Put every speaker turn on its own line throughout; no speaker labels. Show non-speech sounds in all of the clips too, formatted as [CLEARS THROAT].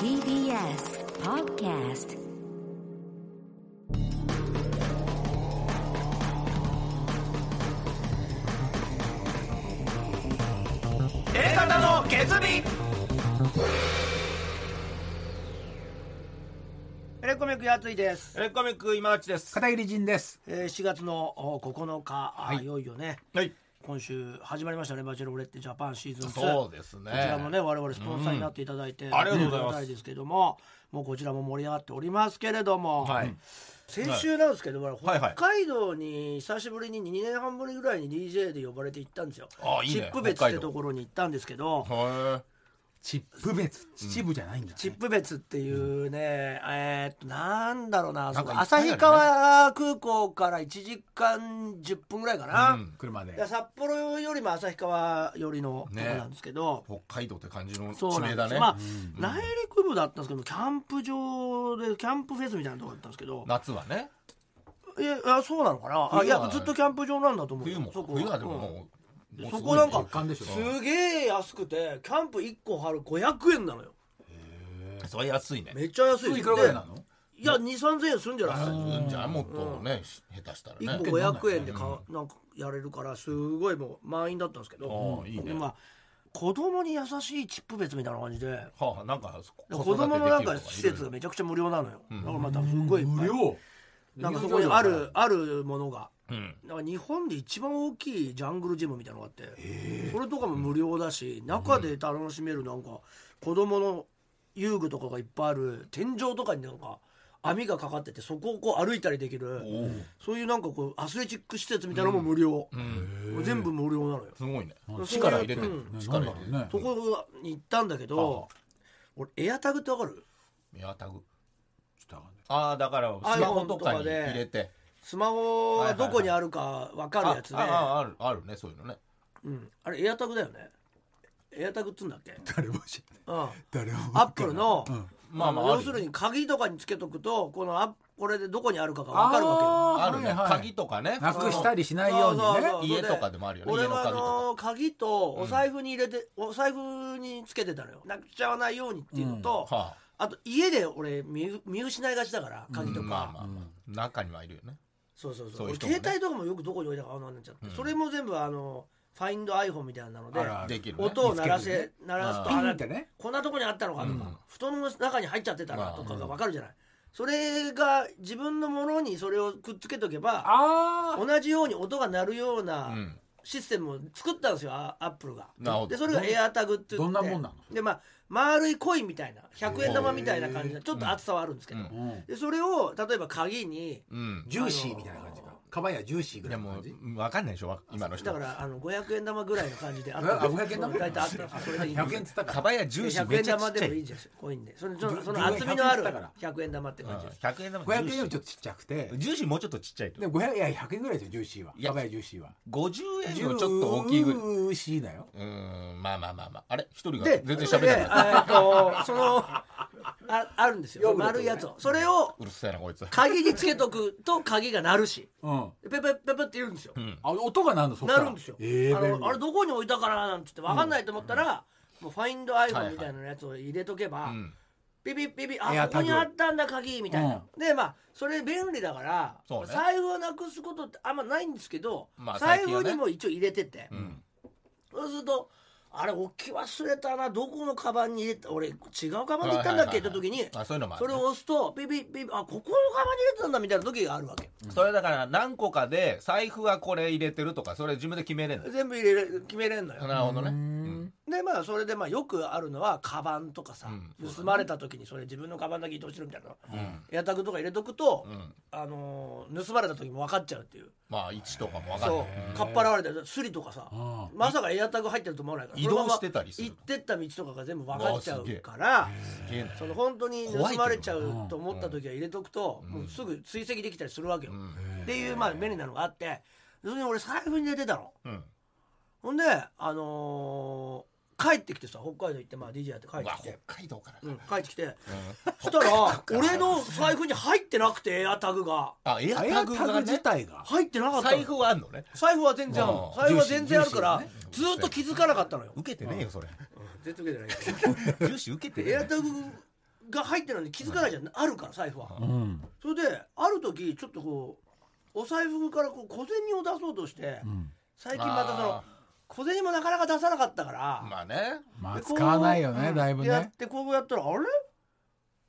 TBS Podcast
方の削り
エレコミックやついです、
エレコミック今立ちです
片桐仁です。
えー、4月のお9日、あい、よいよね
はい
今週始まりましたね「バチェロレッテジャパンシーズン2」
そうですね
こちらもね我々スポンサーになっていただいて、
ありがとうございます
ありがたですけどももうこちらも盛り上がっておりますけれども、
はい
先週なんですけど、
はい
北海道に久しぶりに2年半ぶりぐらいに DJ で呼ばれて行ったんですよ
あいいね
チップ別ってところに行ったんですけど、
は
チップ別、秩父じゃないんだ、ね
チップ別っていうね、えーっとなんだろうな
なんかいっぱいある
旭
ね
川空港から1時間10分ぐらいかな、
車で
いや。札幌よりも旭川寄りのとこなんですけど、
い北海道って感じの
そ
地
うなん
名
で
だ
す、
ね
まあ、内陸部だったんですけどキャンプ場でキャンプフェスみたいなとこだったんですけど
夏はね
いやいやそうなのかなあい
冬は
やずっとキャンプ場なんだと思う
冬も
そこ
冬はでも
うん
もうもうすごい
そこなんか
極寒でしょ
すげえ安くてキャンプ1個張る500円なのよ
それ安いね
めっちゃ安いで
普通いくらぐらいなの？
いや2 3 0円するんじゃない
うんじゃあもっとね下手したら
1
ね
個500円でか、なんかやれるからすごいもう満員だったんですけど
ああいいね
でまあ子供に優しいチップ別みたいな感じで
はあなんか
で子供のなんか施設が
ね
めちゃくちゃ無料なのよ、だからまたすごいいっぱいなんかそこに
入場料
あるあるものが
うん
なんか日本で一番大きいジャングルジムみたいなのがあってそれとかも無料だし中で楽しめるなんか子供の遊具とかがいっぱいある天井とかになんか網がかかっててそこをこう歩いたりできる
おう
そういうなんかこうアスレチック施設みたいなのも無料、全部無料なのよ
すごいね
ん
力入れてる
うん
ねな
力
ん
入
だ
れ
ろ
て
う
る
ね。
そこに行ったんだけど俺エアタグってわかる
エアタグ
ちょっとわかんない
ああだからスマホとかに入れて
スマホがどこにあるかわかるやつで、
あああるあるねそういうのね
うん、あれエアタグだよねエアタグっつうんだっけ、
誰も知ら
うん、
ない。誰も
ア
分かんない。
ップルの、
うん
まあまああ
要
る
するに鍵とかにつけとくとこのあこれでどこにあるかがわかるわ
あ
あるね
はいはい
鍵とかね
なくしたりしない
けよ
ようにね。
そうそうそう
家とかでもあるよね
俺
家の
はあ
鍵と
の鍵と
か
お財布に入れて、お財布につけてたのよなくちゃわないようにっていうのと、
は
あと家で俺見見失いがちだから
あ
鍵とか、
まあまあまあ中にはいるよね
そうそうそう
そうい
俺
う人もね
携帯とかもよくどこに置いたか分かんなっちゃって、それも全部あのファインド iPhone みたいなので
あらあら
できるね
音を鳴らせ、
見つける
鳴らすと
ピン
あら
ってね
こんなとこにあったのかとか、布団の中に入っちゃってたなとかが分かるじゃない、それが自分のものにそれをくっつけとけば
あ
同じように音が鳴るような
うん
システムを作ったんですよアアップルが
なるほど
でそれが AirTag って言って
どんなもんなの
でまあ丸いコインみたいな100円玉みたいな感じでちょっと厚さはあるんですけど、
あ。うん
でそれを例えば鍵に
うん
ジューシーみたいな感じか。カバンやジューシーぐ
で
らいの
も
感じ。
分かんないでしょわ今の人
だからあの500円玉ぐらいの感じであっ
あ
た
500円玉
大体あったそれでいい
100円つったか。
からばやジューシー
100
めっ
円
ちゃち
玉
っちゃ
でもい
い
いですコインでそのその
じゅ
その厚みのある
100円だか
100円玉って
うん
感じです
100円玉
500円より
ジ
ちょっとちっちゃくて。
ューシーもうちょっとちっちゃいと
でも500いや100円ぐらいですよジューシーは。
いや
カバンやジューシーは。
50円よりちょっと大きいぐらい
ジューシーだよ。
うーんまあまあまあまああれ一人が
で
全然喋れ
でえ
ない
ーっとそのああるんですよ
ヨーグルト
丸いやつをそれを
うるせえなこいつ
鍵につけとくと鍵が鳴るし
うん。
ペペペペペって言うんですよ
あ音が鳴るのそっか
鳴
ら
るんですよ
ええ
あ
便利
のあれどこに置いたかななんつって分かんないと思ったらもうファインド iPhone みたいなやつを入れとけば
ん
ピピピピ
エ
あ
ア
ここ
タグ
にあったんだ鍵みたいなでまあそれ便利だから
そうね
財布をなくすことってあんまないんですけど
まあ
財
最近は
布
ね
にも一応入れてて
ん
そうするとあれ置き忘れたなどこのカバンに入れた俺違うカバンで行ったんだっけって時に
あそういうのもあ
そ
る
れ
ね
を押すとピピピピあここのカバンに入れてたんだみたいな時があるわけ
それだから何個かで財布はこれ入れてるとかそれ自分で決めれんの
全部入れる決めれんのよ
なるほどねうん
でまあそれでまあよくあるのはカバンとかさ、
う
盗まれた時にそれ自分のカバンだけ移動してるみたいな、エアタグとか入れとくと、
ん
あのー盗まれた時も分かっちゃうっていう、
まあ位置とかも分かんない
そうかっぱらわれたりすりとかさ、
う
まさかエアタグ入ってると思わないから
移動してたりす
そ
る
のまま行ってった道とかが全部分かっちゃうから
すげえな
その本当に
怖いけど
盗まれちゃうと思った時は入れとくと、もうすぐ追跡できたりするわけよ、っていうまあ便利なのがあってそれに俺財布に入れてたの。
うん
ほんであのー帰ってきてさ北海道行ってまあ DJ やって帰って
うわ
き
北
て、
海道から
うん、帰ってきて
うん
そしたら俺の財布に入ってなくてエアタグが
あエア
エア
タグ
タ
が
グ自
ね
体が
入ってなかったの
財布はあんのね
財布は全然ある
うん
財布は全然あるから
ジュー
ず
シー
ーっと気づかなかったのよ
受けてねえよそれ
絶対受けてないけど [LAUGHS]
重視受けてる
エアタグが入ってるのに気づかないじゃん、あるから財布は、
うん
それである時ちょっとこうお財布からこう小銭を出そうとして、
うん
最近またそ
あ
の小銭もなかなか出さなかったから、
まあね
まあ
でこう
使わないよ
う
ね
ん
だいぶ
やっ
ね
てこうやったらあ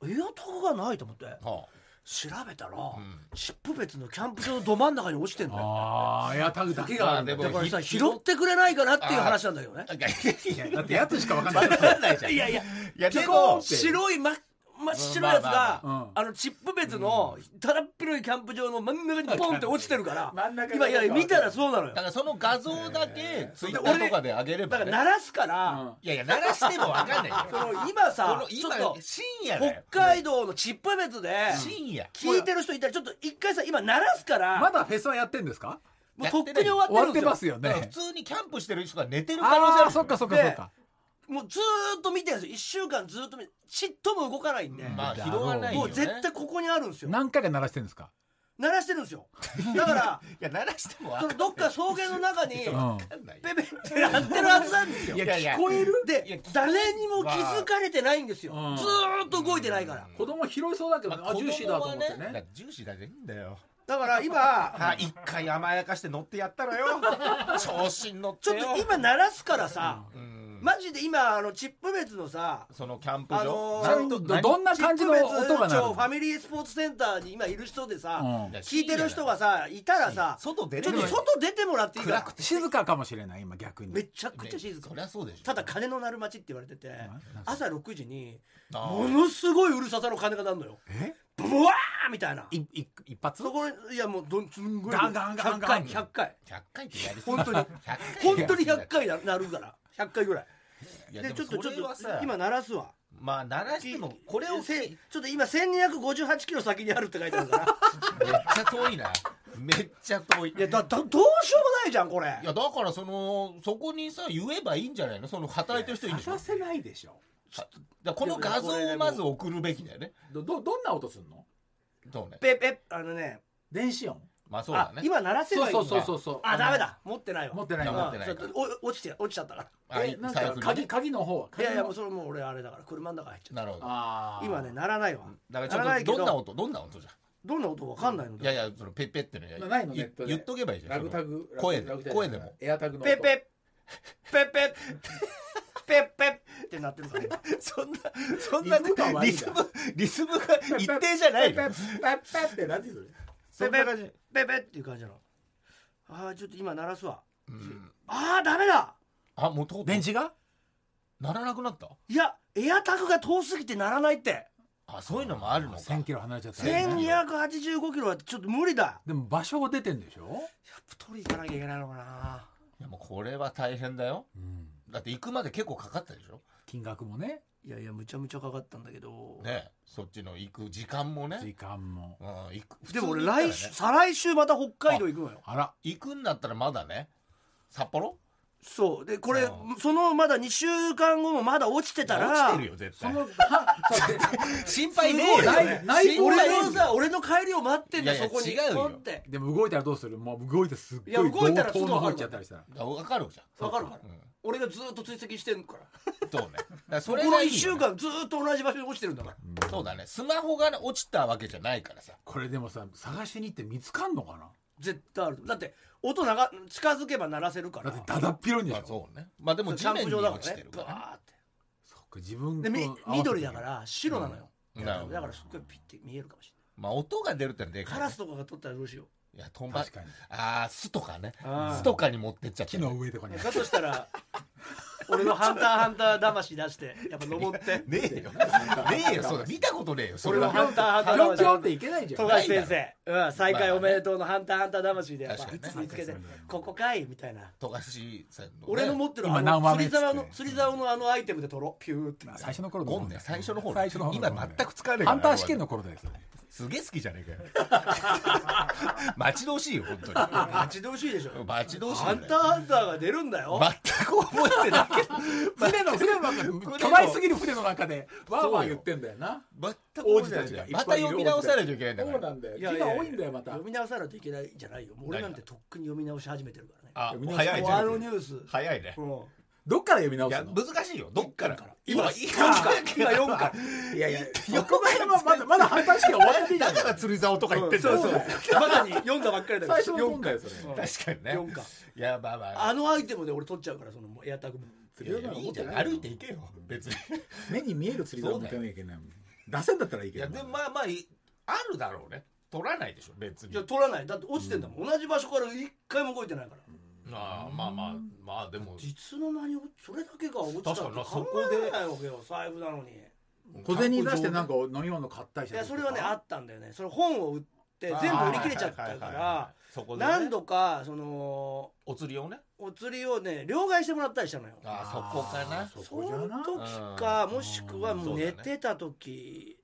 れエアタグがないと思って
は
調べたら、
ん
チップ別のキャンプ場のど真ん中に落ちてんだよ
ああエアタグだけがあるんだ
ま
だ
あでも
からさ
ひ
拾ってくれないかなっていう話なんだけどね
あいやいやい
だってやつしかわかんない
やないじゃん
い
い
やいや
やで
結
も
構白い、ま、真っ白いやつが、
まあ
あ
まあまあ
のチップ別のただっ広いキャンプ場の真ん中にポンって落ちてるから
[LAUGHS] 真ん中に
今いや見たらそうなのよだ
だか
から
その画像だけツイッターとかで上げれば
ら
ね
鳴らすから、
いやいや鳴らしてもわかんないよ
[LAUGHS] その今
こ
さ
の
ちょっ
今
と
深夜だ
北
よ
海道のチップ別で
深夜
聞いてる人いたらちょっと一回さ今鳴らすから、
まだフェスはやってんですか
もうとっくに終わって
終わ
るん
っ
で
て
すよ
ますよ
だから普
ね
通にキャンプしてる人が寝てる可能性あ
あ
る
あそっかそっかそっか
もうずーっと見てるんですよ1週間ずーっと見てちっとも動かないんで、
まあ拾わない
も
よ
う
ね
絶対ここにあるんですよ
何回か鳴らしてるんですか
鳴らしてるんですよだから
[LAUGHS] いや鳴らしてもわ
そ
かん
のどっか草原の中に
うん
ない
ペペ [LAUGHS] ってなってるはずなんですよ
いやいや
聞こえる
いや
で
聞こえ
誰にも気づかれてないんですよず
うん
ーっと動いてないから
子供拾いそうだけど
ま
ねあジューシーだと思って
子供はだか
ね
らジューシーだけいいんだよ
だから
[LAUGHS]
今
あ一回甘やかして乗ってやったのよ [LAUGHS] 調子に乗って
ちょ
よ
っと今鳴らすからさ
うん
マジで今あのチップ別のさ
そのキャンプ
あ
場
の
ちゃ
ー
んとどんな感じの音が
チップ別
鳴
町
る
ファミリースポーツセンターに今いる人でさ、
のうん
いや
聞いてる人がさいたらさちょっ
外出れ
と
ない
外出てもらっていいか
暗
ら
く
静かかもしれない今逆
め
に
ちゃくちゃ静か
そりゃそうでしょ
ただ鐘の鳴る街って言われてて朝6時に
あ
ものすごいうるささの鐘が鳴るのよ
え
ブワーみたいない
い一発
そこにいやもうどんすんごい
ガンガンガンガ
100回
ン
100回
100回ってやりすぎ
本当に
100回
本当に100回な鳴るから100回ぐらい
いや
で
で
ちょっ
も
とち
そ
ょっ
れは
と
さ
今鳴らすわ
まあ鳴らしてもこれを
せ
めっ
ちょっと今1258キロ先にあるって書いてあるから
ちゃ遠いなめっちゃ遠い
いやだだどうしようもないじゃんこれ
いやだからそのそこにさ言えばいいんじゃないのその働いてる人いるでしょ
させないでしょ
だからこの画像をまず送るべきだよね
どどどんな音すんの
そうね
ペペあのね
電子音
まあそうだ
あ
ね
今鳴らせば
そ
いういん
そ
だ
うそうそうそう
あダメだ持ってないわ
持ってない
うん
持ってない
ちょっとお落ちて落ちちゃったか
あ
え
い
なん
財
か
布にね
鍵鍵の方は
らいやいやもう
鍵の
それもう俺あれだから車の中入っちゃっ
なるほど
あ
た
ー
今ね鳴らないわ
だか
鳴らな
ら
い
ちょっ
けど
とどんな音どんな音じゃ
どんな音わかんないの
んいやいやそのペッペってのや
ないの
い
ネットで
言っとけばいいじゃん
ラグタグ
その声
ラグタ
で
グ
声でも
エアタグの音
ペペッペッペッペッペッってなってるから今
そんな [LAUGHS] そん
なリズム感悪いんだ
リズムが
一定
じゃ
ペッペッペッペッって何て言う
ペペッペペッっていう感じなのああちょっと今鳴らすわああダメだ
あもうとうと
の
う
電池が
鳴らなくなった
いやエアタグが遠すぎて鳴らないって
あそういうのもあるのか
1000キロ離れちゃった
1285キロはちょっと無理だやっ
でも場所を出てんでしょ
ぱ取り行かなきゃいけないのかない
やもうこれは大変だよ
うん
だって行くまで結構かかったでしょ
金額もね
いやいやむちゃむちゃかかったんだけど
ねそっちの行く時間もね
時間も
うん行く普通
で
に
も俺
行ったら
来
ね
週再来週また北海道行くのよ
あら
行くんだったらまだね札幌
そうでこれ
う
そのまだ2週間後もまだ落ちてたら
落ちてるよ絶
そ
対
のは
心配ね
すごいよね
ないない
俺
俺
のさ俺の帰りを待ってんだよ
いやい
そ
や
こに
違うよ
ポンって
でも動いたらどうするもう動いてすっご
いや
い
動
動
いたらすぐ
頭の
わか
方
る
行っちゃったりしたら
分かるじゃん
わかるから
うん
俺がずっと追跡してるから
そうねだからそ
こ
れ
の
がい
1
いよ
週
ね
間ずっと同じ場所に落ちてるんだから
そうだねスマホがね落ちたわけじゃないからさ
これでもさ探しに行って見つかんのか
絶対あるだって音なが近づけば鳴らせるか
な
ら
だってだだっ広いんで
ま
し
あ
ょ
そうねまあでも
キ
地
ャン
面
プ
に
場だか
落
ら
ち
ね
てる
バ
からね
ーって
そっか自分
で
と
み
合わせて
緑だから白なのよ、
うん
だからだ
なる
か
ほ
ら
ど
すっごいピッて見えるかもし
まあ音が出るってのはで
れ
か
ない
い
カラ
ね
スとかが取ったらどうしよ
いやトンバ
確かに
あー巣とかね
あー
巣とかに持ってっちゃっ
木
てね
の上とかに
うだとしたら [LAUGHS] 俺のハンターハンター魂出してやっぱ登って
[LAUGHS] ねえ
[LAUGHS]
よねえよそうだ見たことねえよそ
俺
れ
の
は
ハンターハンター
ぴょんぴょんっ
魂
ていけないじゃ
富
ん
な
樫
いだろ
先生、うん、再会おめでとうのハンターハンター魂でやっぱ
確かにね
見つけて
確かに
ここかいみたいな
富樫さんのね
俺の持ってる
今
あの
何話
釣
目
り竿の
っつって
釣り竿のあのアイテムで取ろうピューって
最初の頃
ゴンね最初の方ね
最初の方の
今全く使わねえから
ハンター試験の頃ですよね
すげえ好きじゃねえかよ [LAUGHS] 待ち遠しいよ本当に
待ち遠しいでしょ
待ち遠しい
ハ
よ
ン
ね
ターハンターが出るんだよ
全く覚えてないけど
船の船の中で巨大すぎる船の中でわーわー言ってんだよな
全
王
く
子
覚え
た
て
ち
な
が
い [LAUGHS] また読み直さないといけないんだ
そう
から
なんだよ
い
字
や
が
いやいや
多いんだよまた
読み直さないといけないじゃないよもう俺なんてとっくに読み直し始めてるからね
あ
読み直
早
さ
い
な
ね
いと
あのニュース
早いね
も
どっから読み直
いや
すの
難しいよどっから
今
今
4か今4かいやいや [LAUGHS] 横前はまだまだ販売試験終わってないじゃ
だ
ん
から釣り竿とか言ってんだ
そ
よ
うそうまさに読んだばっかりだ
最初の本だよそれ
四巻
確かにね
四巻
いやまあまあ
あのアイテムで俺取っちゃうからそのエアタグも
いやいやいいじゃん歩いていけよ別に
目に見える釣り竿持ってなきゃいけないもん出せんだったらいい
い
けど
やでもまあまあいあるだろうね取らないでしょ別に
じゃ取らないだって落ちてんだもん、同じ場所から一回も動いてないから、
ああまあまあまあでも
実の間に落ちそれだけが落ちたって
確かにな
考えられないわけよ財布なのにい
小銭出してなんか飲み物買ったりして
やそれはねあったんだよねそれ本を売って
あー
全部売り切れちゃった
はい
か
はいはいは
ら
いそこでね
何度かその
お釣りをね
お釣りをね両替してもらったりしたのよ
ああそこかな
そ
そ
こじゃ
の
な
時かもしくは
うん
もう
そうだ
寝
ね
てた時、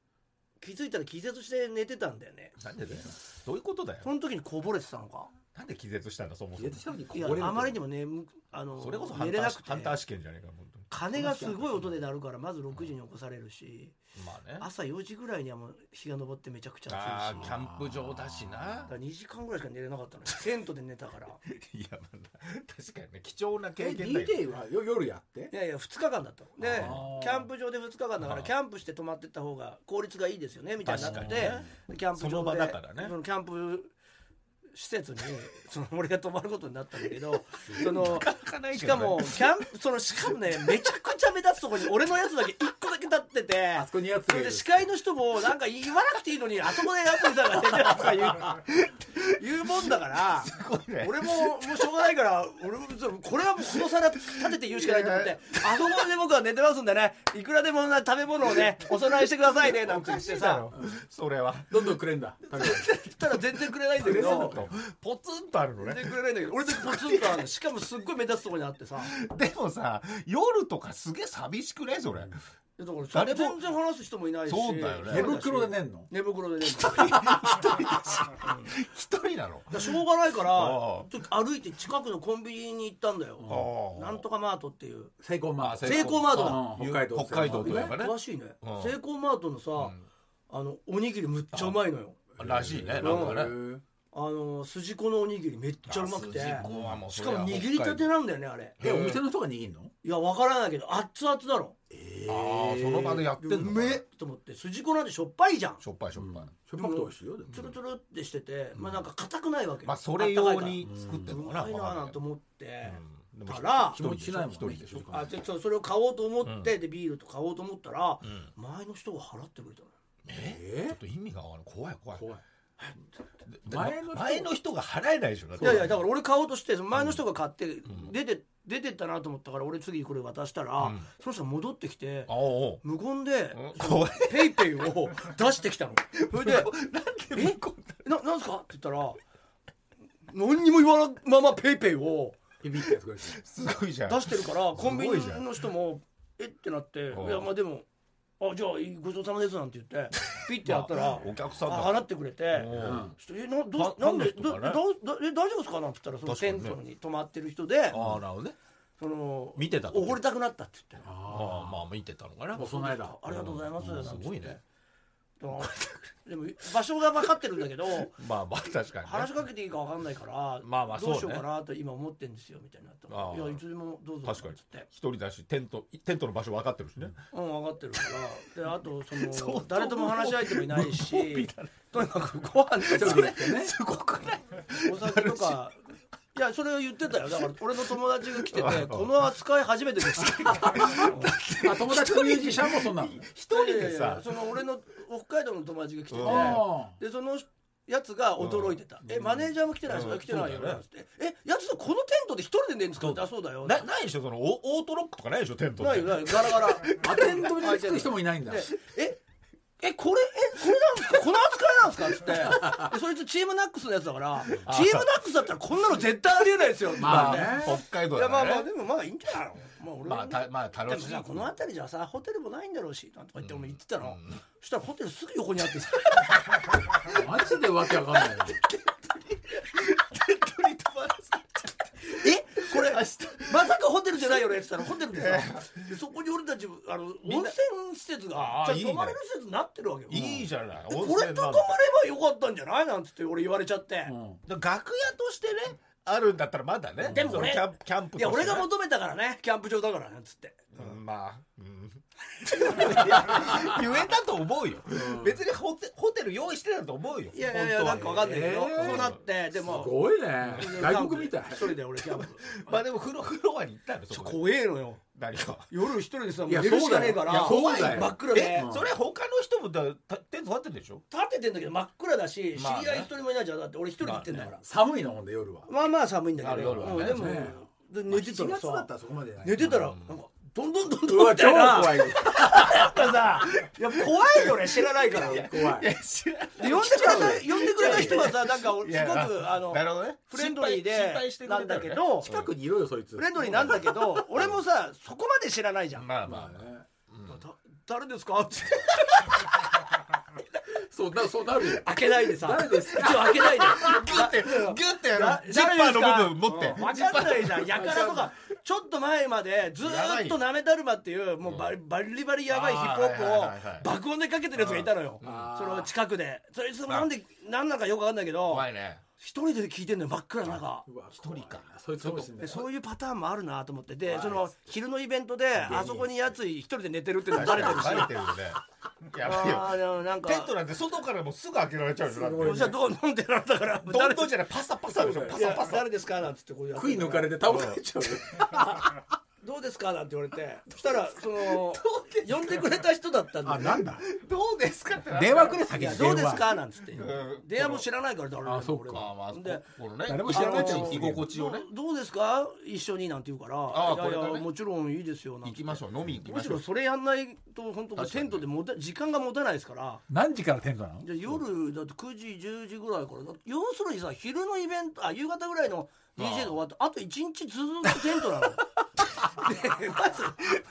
気づいたら気絶して寝てたんだよね
なんでだよどういうことだよ
その時にこぼれてたのか
なんで気絶したんだそもそも
いやあまりにもねむあの
それこそハ
寝
ン
れ
タ
な
ー
くて
ハンター試験じゃねえか本当に
鐘がすごい音で鳴るからまず6時に起こされるし
まあね
朝4時ぐらいにはもう日が昇ってめちゃくちゃ
あ
暑い
ー
し
キャンプ場だしな
だから2時間ぐらいしか寝れなかったのよテントで寝たから [LAUGHS] い
いやまあ確かにね貴重な経
え
験だよ
DJ はよ夜やって
やいや2日間だったので
あー
キャンプ場で2日間だか
あ
ら
ー
キャンプして泊まってった方が効率がいいですよねみたいになって、
確かにね
キャンプ場で
その場だからね
そのキャンプ施設にその俺が泊まることになったんだけ
[LAUGHS]
どその
なかなかない
し
け
か
ど
も
ね [LAUGHS]
キャンプそのしかもねめちゃくちゃ目立つところに俺のやつだけ1個だけ立ってて
あそこにやつ
それで司会の人もなんか言わなくていいのにあそこでやってたからね
[LAUGHS]
とか言う言うもんだから
いね
俺ももうしょうがないから俺もそのこれはもうこの皿立てて言うしかないと思ってあそこで僕は寝てますんでねいくらでもな食べ物をねお供えしてくださいねなんて言ってさ
それは
どんどんくれん
[LAUGHS]
だ食べて
言ったら全然くれないんだけど
ポツンとあるの
全
ね
然くれないんだけど俺でポツンとあるのしかもすっごい目立つところにあってさ
でもさ夜とかすげえ寂しくねそれ
だからそ
誰
れ
も
全然話す人もいないし
そうだよね
寝袋で寝んの
寝袋でね
一人
だ
なの
からしょうがないから
[LAUGHS] あ
ちょっと歩いて近くのコンビニに行ったんだよ
あ
なんとかマートっていう
セイコーマート
あ
セイコーマートだ
うん北海道
北海道
意
と
外
や
と
っぱね
詳しいね
うん
セイコーマートのさあのおにぎりむっちゃうまいのよ
らしいねなんかね
ね
あの筋子のおにぎりめっちゃうまくて
あ筋子はもう
し
そ
か
れは
も握りたてなんだよねあれ
えお店の人が握んの
いやわからないけど熱々だろ
あーその場でやってんの
うめえと思って筋子なんてしょっぱいじゃん
しょっぱいしょっぱい
しょっぱくて美味しいよでも
つるつるってしててまあなんか硬くないわけよ
まあそれ用に作って
あ
んの
っ
か
た
な
かいからうまいなあと
わ
思って
うん
たら
気持ちしないもんね
一人でしょ
あでそうそれを買おうと思って、でビールと買おうと思ったら、前の人が払ってくれたのよ
え
ちょっと意味がわからない怖い怖い
怖い
で
前の人
前の人が払えないでしょだって
いやいやだから俺買おうとしてその前の人が買って、出て出てったなと思ったから俺次これ渡したら、その人が戻ってきて
あおう
無言で
おう怖い
ペイペイを出してき
[LAUGHS]
たのそれで
なんで向こ
「
う
ななんすか?」って言ったら何にも言わないままペイペイを
ビビってやつがいる
すごいじゃん
出してるからコンビ
すごいじゃ
ニ
ん
の人も「えっ?」てなって「
うん
いやまあでもあじゃあごちそうさまです」なんて言
[LAUGHS]
ってピッてやったら、
お客さんだ
あ払ってくれて。
おう
うん
ちょっとえなどう
ファ
な
ファン
ん
の
で
人と
ど
か
ど
ね
だえ大丈夫ですかなんて言ったらその
確か
テ
に
ン
ね
トに泊まってる人で
ああなるほどね
その
見てた
おごりたくなったって言って
ああまあ見てたのかな
お供えだ
ありがとうございます
う
なんんて
す
言って
ごいね
でも
[LAUGHS]
でも場所が分かってるんだけど
まあまあ確かにね
話しかけていいか分かんないから
まあまあ
どうしよう
そう
か
ね
なと今思ってんですよみたいになって
ああ
いやいつでもどうぞ
確かに
っつって
一人だしテントテントの場所分かってるしね
うん分かってるからであとその
[LAUGHS] 相当
誰とも話し相手もいない
無防備
し
だね
とにかくご飯とか
すごくない
お酒とかいやそれを言ってたよだから俺の友達が来て
あ [LAUGHS]
て
あ
この扱い初めてですって言って
あ友達のミュージシャンもそんなの
[LAUGHS] 一人
いやい
で
やいや
さ
その俺の北海道の友達が来てて
あ
でそのやつが驚いてた「えマネージャーも来てないです
う
か
ん
来てないよ」
そうだよ
っ
ね
つって「えやつさんこのテントで一人で寝るんですか?」だそうだよ」
なないでしょそのオオートロックとかないでしょテントって
ないよないよガラ
[LAUGHS]
ガラ
アテンドにつく人もいないんだ
でええこれえこれなんですかこの扱いなんですか?」っつってでそいつチームナックスのやつだから「チームナックスだったらこんなの絶対ありえないですよ」って言わ
ま
れ
あ
て
ね
北海
い
道
や
だ
まあまあ
からね
でもまあいいんじゃないのまあ俺
まあたまあ
で
楽
も
しい
さこの辺りじゃさホテルもないんだろうしなんとか言って俺も言ってたの、そしたらホテルすぐ横にあってさ
マジでわけわかんないよ
えこれまさかホテルじゃないよねって言ったらホテルでさでそこに俺たちあの温泉施設がじ
あ
ゃ
ー
あ
いいね
泊まれる施設になってるわけよ
いいじゃない
で
温
これ
泉
と泊
な
ま
ん
ればよかったんじゃないなんつって俺言われちゃって、
うん
だ楽屋としてねあるんだったらまだね
でも俺
そのキャンプキャンプ
いや
として
俺
ね
が求めたからねキャンプ場だからなんつって
うんまあ、うん、 [LAUGHS] 言えたと思うよ、別にホテホテル用意してたと思うよ
いやいやいやなんかわかんないけど、
えー
そうなってですも
ごいね外国みたい
一人で俺キャンプ
まあでもフ [LAUGHS] ロフロアに行ったの
ち
そ
ょ
こで
怖えのよ
何が
夜一人でさもう
いや
寝るしかねえから
いやそうだよ
真っ暗
え
で
それ他の人もだたテント張ってるでしょ
立ててんだけど真っ暗だし、
まあね
知り合い一人もいないじゃんだって俺一人で行ってんだから、
寒いのほんで夜は
まあまあ寒いんだけど、
夜はね
もうでも、
ね
で寝てた
7
ら
月だ
さ
ったらそこまでじゃない
寝てたらなんかどんどんどん
う
どん
わ
み
超
たいな
怖いよ
なんかさいや怖いよね知らないからで
怖い
知らない
呼んでくれた呼んでくれた人はさなんかすご
いや
くあの
なるほどね
フレンドリーでなんだけど
近くにいろよそいつ
フレンドリーなんだけど俺もさそこまで知らないじゃん
まあ
ま
ま
あ
あ
ね
だ誰ですかって
そうなそうなるよ
[LAUGHS] 開けないでさ
誰です
一応開けないで
ギュってギュってや
だ
るジッパーの部分持って
分かんないじゃんやからとかちょっと前までずーっとなめだるまっていうもうバリバリバリやばいヒップホップ
あーはいはいはいは
を
い
爆音でかけてるやつがいたのよ
あー
その近くでそれいつもなんでなんなんかよくわかんないけど
怖いね
一人で聞いてんのよ真っ暗な中
うわ
一人か
怖いなそいつかもしんな
で
い
そういうパターンもあるなと思って
は
で
い
その昼のイベントであそこにやつ一人で寝てるっていうのもバレてるし
バレてるよねやばいよ
あーでもなんか
テントなんて外からもうすぐ開けられちゃうでしょだって
すごいね
じゃあどう飲んでられたから
どん
誰
どんじゃないパサパサでしょパサパ
いや
サ
誰ですかなんつってこうやって
食い抜かれて倒れちゃうよ
どうですかなんて言われてそしたらその呼んでくれた人だったんだよ
なんだ
どうですかってな
電話くれ
い
先
や
に
どうですかなんつって
ん
電話も知らないから誰だろ
あそうか
俺
ま
は
あまあ
で
このね
誰も知らないじゃん
居心地をね
どどうですか一緒になんて言うから
ああ
いやい
これ
や
からね
もちろんいいですよなん
行
て
きましょう飲み行き
む
ま
し
し
ろ
ょう
それやんないと本当
確か
テ
に
ントでもた時間が持たないですから
何時からテントなの
じゃあ夜だって9時10時ぐらいからだって要するにさ昼のイベントあ夕方ぐらいの DJ が終わってあと1日ずっとテントなの。 [LAUGHS] でまず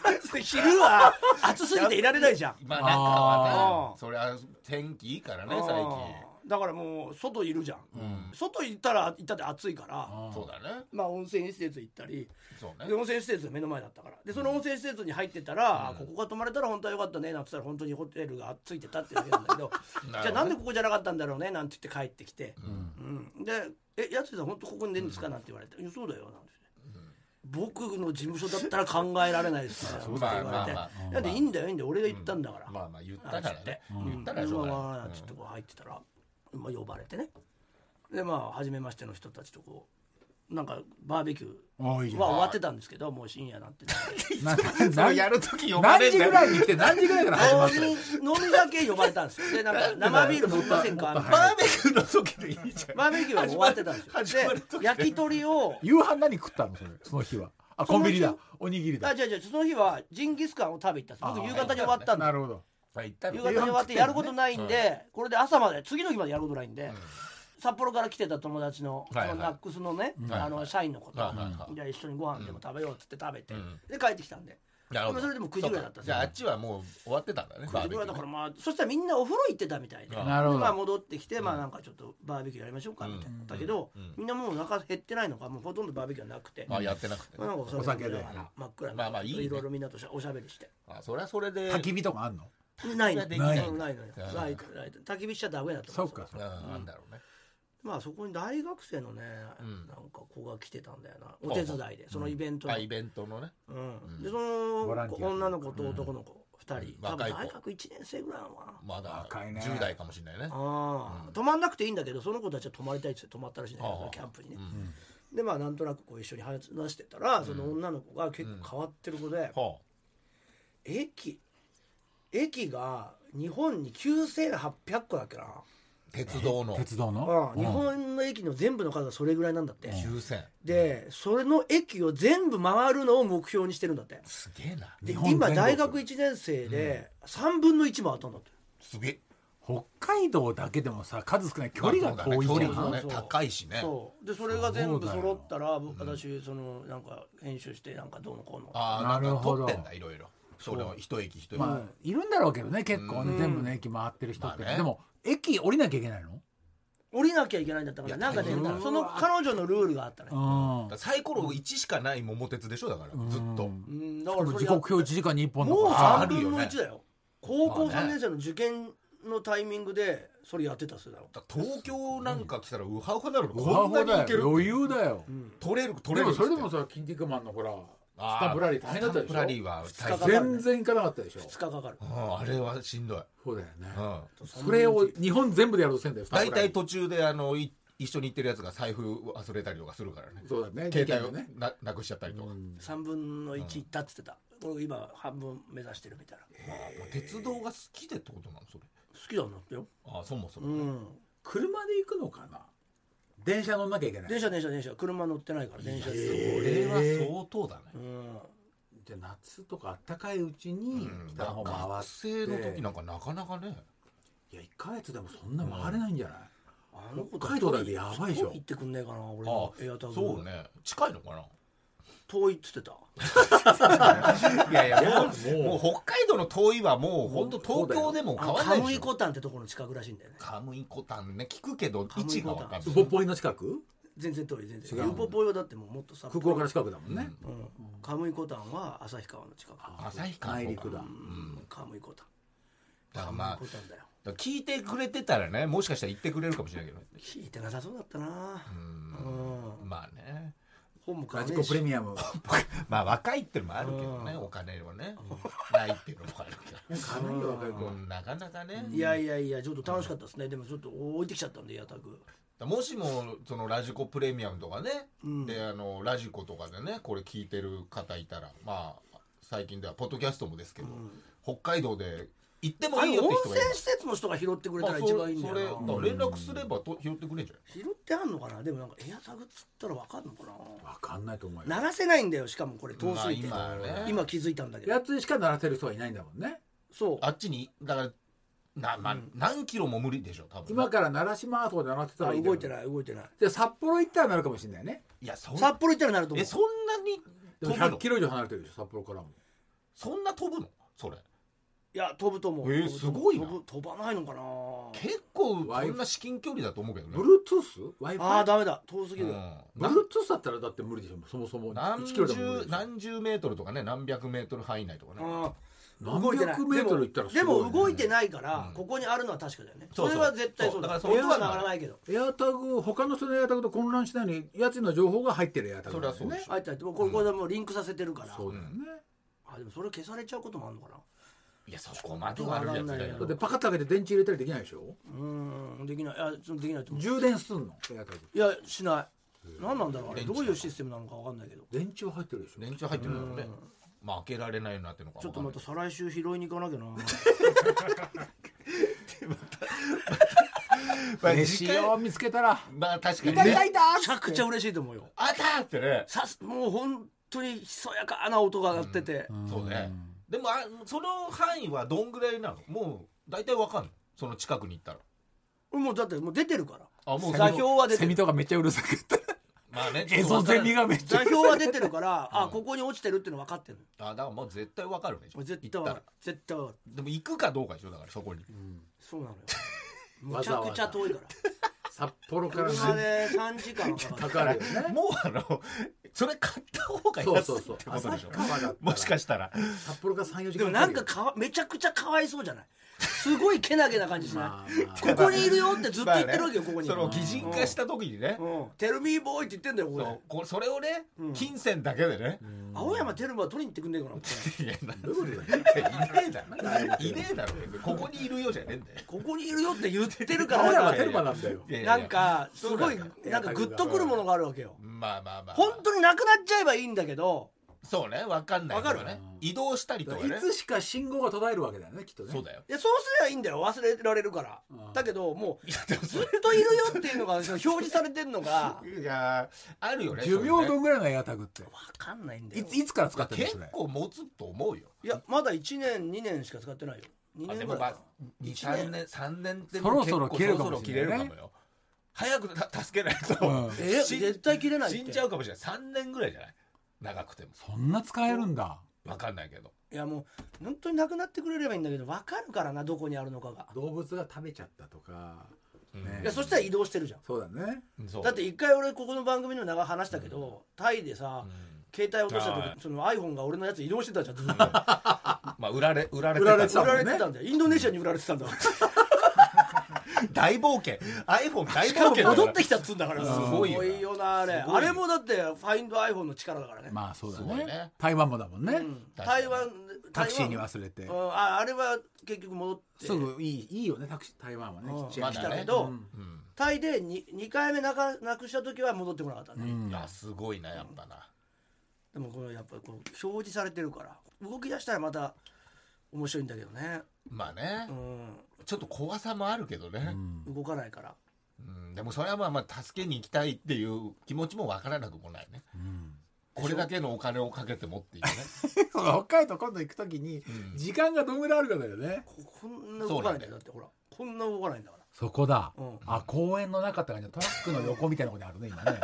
まず昼は暑すぎていられないじゃん。
まあ中は
あー
ねそれは天気いいからね
あ
最
ーだからもう外いるじゃん、
ん
外行ったら行ったって暑いから
近そうだね
まあ温泉施設行ったり
そう
で
ね
温泉施設が目の前だったからでその温泉施設に入ってたら、あここが泊まれたら本当はよかったねなんて言ったら本当にホテルがついてたってだけなんだけど
なるほどね
じゃあなんでここじゃなかったんだろうねなんて言って帰ってきて、うんで「えやつさん本当ここに寝るんですか?」なんて言われて「いやそうだよ」なんて言って、僕の事務所だったら考えられないですから」なんて言われて「
まあまあまあまあ
なんでいいんだよいいんだよ俺が言ったんだから」
まあまあ言ったからね言った
う
ら
ん
しょう
まあまあ
が
まあ
ない
ちょっとこう入ってたら、まあ、呼ばれてねでまあ初めましての人たちとこうなんかバーベキュー
あ
は
あいい
終
じゃん
わってたんですけどもう深夜
[LAUGHS]
なんて
な [LAUGHS]
それ
な
やるとき呼ばれ
何
んだ
時ぐ
よ
らいに来て何時ぐらいから始ま
飲
る
み飲みだけ呼ばれたんですよでなんか生ビール飲みま
[LAUGHS]
せんかみたい
バ
な
ーベキューの時でいいじゃ
[LAUGHS]
ん
バーベキューは終わってたんです
始
よ
まる
で焼き鳥を
夕飯何食ったのそれその日はあコンビニだおにぎり
あ
だ
違う違うその日はジンギスカンを食べ行ったんです僕
あ
夕方に終わったんで
なるほど
さあ行った
夕
の
方に終わってやることないんで、これで朝まで次の日までやることないんで、札幌から来てた友達の,、
はいはい
そのナックスのね、
はい
あの社員の子と、
はいはいはい
じゃあ一緒にご飯でも食べようっつって食べて、
ん
で帰ってきたんで
なるほど
それでも9時ぐらいだったんです
じ
よ
ゃああっちはもう終わってたんだね
9時ぐらいだからまあそしたらみんなお風呂行ってたみたいで
あ
なるほど
でまあ、戻ってきて、まあなんかちょっとバーベキューやりましょうかみたいな、だけど、みんなもうお腹減ってないのかもうほとんどバーベキューはなくて、
あやってなくて
まあなんか
お酒で
飲みながら真っ暗な
まあまあいいね
ろいろみんなとしゃおしゃべりして
あそれはそれで
焚き火とかあんの
ないの
でき
な
ないい
のないのよ
あー
ないない焚き火しちゃダメだと
そ
思
うか
うんなんだろうね
まあそこに大学生のね、
ん
なんか子が来てたんだよなお手伝いでそのイベントに
あイベントのね
うん、でそ
ボラ
の
ンティア
子女の子と男の子2人、
うん
多分
若い子
大学1年生ぐらいなのかな、
まだ
若いね
10代かもしれないね
ああ、泊まんなくていいんだけどその子たちは泊まりたいっつって泊まったらしいんだけ
あ
ど
あ
キャンプにね、でまあなんとなくこう一緒に話してたらその女の子が結構変わってる子で、
は
駅駅が日本に9800個だっけな、
あ鉄道の
鉄道
うん
の
日本の駅の全部の数がそれぐらいなんだって、
抽選
でそれの駅を全部回るのを目標にしてるんだって
すげえな
で
日本全
今
国
大学1年生で3分の1回ったんだって、
すげえ
北海道だけでもさ数少ない距離が遠い
まあそうだね距
じゃ
離
ん
がね
そうそう
高いしね
そうでそれが全部揃ったら僕私そのなんか編集してなんかどうのこうの
ああな
なる
んか
ほ
撮
ど
ってんだいろいろそれを一駅一駅
まあいるんだろうけどね結構ね全部の駅回ってる人って
まあね
でも駅降りなきゃいけないの
降りなきゃいけないんだったから
いや
なんかね
大変だ
その彼女のルールがあったね
うん
サイコロ1しかない桃鉄でしょだからずっと
うんだか
で
ら
も
そ
時
れやっ
刻表1時間に1本だ
もう
から
3
あるよね
分の1だよ高校
ま
3
あね
年生の受験のタイミングでそれやってたっすよだろ
だから東京なんか来たらウハウハになるの
こ
こ
ん
んな
なに
に
い
い
け
け
る
る
余裕だよ
取れる取れ
で
る
も
っつ
そ
っ
れ
て
でもさキンティックマンのほら
あー
スタンプラリー大変だっ
ス
た
タンプラ
で
リー
し
は
二日
大
ょ
間
変
全然行かなかったでしょ
2日かかる
うんあれはしんどい
そうだよね
うん
それを日本全部でやろうとしてんだよスタン
大
プラ
体
リー
途中であのい一緒に行ってるやつが財布忘れたりとかするからね
そうだね
携
事
帯
件
を
でね
ななくしちゃったりとか、
3分の1いったっつってた俺今半分目指してるみたいな
鉄道が好きでってことなのそれ
好きだなってよ
あそもそも、
うん
車で行くのかな電車乗んなきゃいけない
電車電車電車車乗ってないから電車で
これは相当だね、
うん
で夏とか暖かいうちに
うん
北の方回
学
って
生の時なんかなかなかね
いや1ヶ月でもそんな回れないんじゃない
あの子
北海道だけやばいでしょ
遠行ってくんねえかな俺
あ
のエアタグ
そうね近いのかな
遠いっつってた
いやいやも
いや
う
も
も
う
う北海道の遠いはもう本当東京でも
あ
変
の
わら
カ
ない
ム
で
イ
しょ
コタンってところの近くらしいんだよね
カムイコタンね聞くけど
カ
位
ムイ
置が
コ
分
タ
か
ン
ん
ボ
ない
ッポイの近く
全然遠い全
違
然
う
ウポポイはだってもうもっとさ
空港から近くだもんね
うん神井湖端は旭川の近く
旭川
内陸だ
うん神井湖端
だから
神
まあ
井湖端だよ
だから聞いてくれてたらねもしかしたら言ってくれるかもしれないけど
聞いてなさそうだったなうん
まあね
本も買
ラ
わ
ジ
ね
コ
え
プレ
し
ミアム
まあ若いってのもあるけどね
うん
お金はねないっていうのもあるけ
かなり若い子
ど、
は
うんなかなかね
いやいやいやちょっと楽しかったですねでもちょっと置いてきちゃったんでエアタグ
もしもそのラジコプレミアムとかね、
うん
であのラジコとかでねこれ聞いてる方いたらまあ最近ではポッドキャストもですけど、北海道で行っても
あ
いい
れ
よっ
温泉
て人がいる
施設の人が拾ってくれ
ま
たら
あそ
一番いいんだ
そ
よ
れ
な
だから連絡すればと拾ってくれんじゃな
拾
い
ってあんのかなでもなんかエアタグっつったらわかんのか
分かんないと思う
な
よ
鳴らせないんだよしかもこれ遠すぎて、
まあ今はね
今気づいたんだけど
やつにしか鳴らせる人はいないんだもんね
そう
あっちにだからな、まあ何キロも無理でしょ多分
今から鳴らしますとかで鳴らせたらいいけど
動いてない動いてない
で札幌行ったらなるかもしれないね
いやそん
札幌行ったらなると思
え
う
そんなに
でも
飛ぶ
100
の
キロ以上離れてるでしょ札幌からも
そんな飛ぶのそれ
いや飛ぶと思う、
えー
飛ぶと思う
すごいな
飛ぶ飛ばないのかな
結構
ワイ
そんな至近距離だと思うけどね
Bluetooth?Wi-Fi?
あーダメだ遠すぎ
う
る、
んな
Bluetooth だったらだって無理でしょそもそも
何
1キロでも無
十
理でしょ
何十メートルとかね何百メートル範囲内とかね
あ
何
ー動いてない
百メートル行ったらす
で
ごい、ね、
もでも動いてないから、ここにあるのは確かだよねそれは絶対そうだ
そうだからそ
音
こは
は鳴らないけど
エアタグ他の人のエアタグと混乱しないようにやつの情報が入ってるエアタグなんだよ
そりゃそうで
ね
し
入って入ってもうこれこれでもうリンクさせてるから、
そうだよね、
あでもそれ消されちゃうこともあるのかない
やそこまで悪いやつだよ
だってパカッと開けて電池入れたりできないでしょ
うーんできないいやそのできないと思う
充電すんのエアタグ
いやしない何なんだろうあれ
電
ど
池
ういうシステムなのか分かんないけど
電池は入ってるでしょ
電池入ってるんだろうねまあ開けられないようになってるのか
ちょっと
わ
ま
かん
た再来週拾いに行かなきゃな
ない
飯を見つけたら
まあ確か
「
に
痛
ね
い痛い痛い!」
めちゃくちゃ嬉しいと思うよ
あたってね
さすもう本当にひそやかな音が鳴ってて、
そうねでもあその範囲はどんぐらいなのもう大体わかんのその近くに行ったら
もうだってもう出てるから
あもう
座標は出て
セミ
る
とかめっちゃうるさくて
まあね
エゾゼミがめっち
座
ゃ
標は出てるから、あここに落ちてるっての分かってる
あだからもう絶対わかるね
の絶対
行っ
分か
た
る
ら
絶対分かる
でも行くかどうかでしょだからそこに
そうなのよ
わ
むち
ざ
ゃ
わざ
くちゃ遠いから
札幌から
車
ね
で3時間はか
[LAUGHS] か
かる
かるよね
もうあのそれ買った方が
そう
安い
そ
うって
そ
こ
う
とでしょ
旭川だったら
もしかしたら
札幌から34時間
でもなんかかわめちゃくちゃかわいそうじゃないすごいけなげな感じしない、
まあまあ
ここにいるよってずっと言ってるわけよここに、
その擬人化した時にね
うん、テルミーボーイって言ってんだよ、こ
そう
れ。
こそれをね金銭だけでね
青山テルマは取りに行ってくんねえかな、こ
[LAUGHS] いやなん
どういうことだ
い
よ
ねえだろいねえだろ別にここにいるよじゃねえんだよ
れここにいるよって言ってるか
青山
ら、
テルマなんだよ
いやいや
ない
や
んか、すごい
そうなん、
だ
なんかグッとくるものがあるわけよ。
まあまあまあ
本当になくなっちゃえばいいんだけど、
そうねわかんない
わかる
とね移動したりとかね
いつしか信号が途絶えるわけだよねきっとね
そうだよ
いやそうすればいいんだよ、忘れられるから
うん。
だけど、も
いやでも
う、ずっといるよっていうの
[LAUGHS]
が、その表示されてるのが、
いやあるよね
寿命
それね
どんぐらいのエアタグって
わかんないんだ
い
よ
つ。いつから使ってるの
結
それ
構持つと思うよ
いや、まだ1年、2年しか使ってないよ。2
あ
年
でも
ぐ
ま
らい
あ
かな。
23年3年って
そろそろ
結構
切れるか
そろ
も
そろ
し
切
れ
れる
ない
か
ね
もよ早くた助けないと、
うん
え
死ん
絶対切れないって
死んじゃうかもしれない3年ぐらいじゃない長くても
そんな使えるんだ
分かんないけど
いや、もう、本当になくなってくれればいいんだけど、わかるからな、どこにあるのかが。
動物が食べちゃったとか、ね
いや、そしたら移動してるじゃん。
そうだね
そう
だって一回俺ここの番組の長話したけど、タイでさ、携帯落とした
はい
時その iPhone が俺のやつ移
[LAUGHS]
動してたじゃんずっと
まあ売られ売られ
売られてた
売
もんね
[LAUGHS] られてたんだよインドネシアに売られてたんだ
大冒険 iPhone 大
しかも
冒険
戻ってきたっつうんだからす
ごいよな
よなあれあれもだってファインド iPhone の力だからね、
まあそうだ
そうだ
ね
ね
台湾もだもんね、
台湾
タクシーに
台湾
忘れて、
うんああれは結局戻って
すぐいいいいよねタクシー台湾はね、
うん
ちっちゃい
来
ま
た
だね
けど、
うん
タイで 2, 二回目なかなくした時は戻ってこなかったね、
いやすごいなやっぱな
でもこのやっぱりこう表示されてるから動き出したらまた面白いんだけどね、
まあね
う
ちょっと怖さもあるけどね
ん、動かないから
うんでもそれはまあまあ助けに行きたいっていう気持ちもわからなくもないねこれだけのお金をかけてもっていう
[LAUGHS]
ね
その [LAUGHS] 北海道今度行くときに
ん
時間がどんぐらいあるかだよね、
ここんな動かないんだよだってほらこんな動かないんだから
そこだ、
うん
あ公園の中って感じでトラックの横みたいなとこにあるね今ね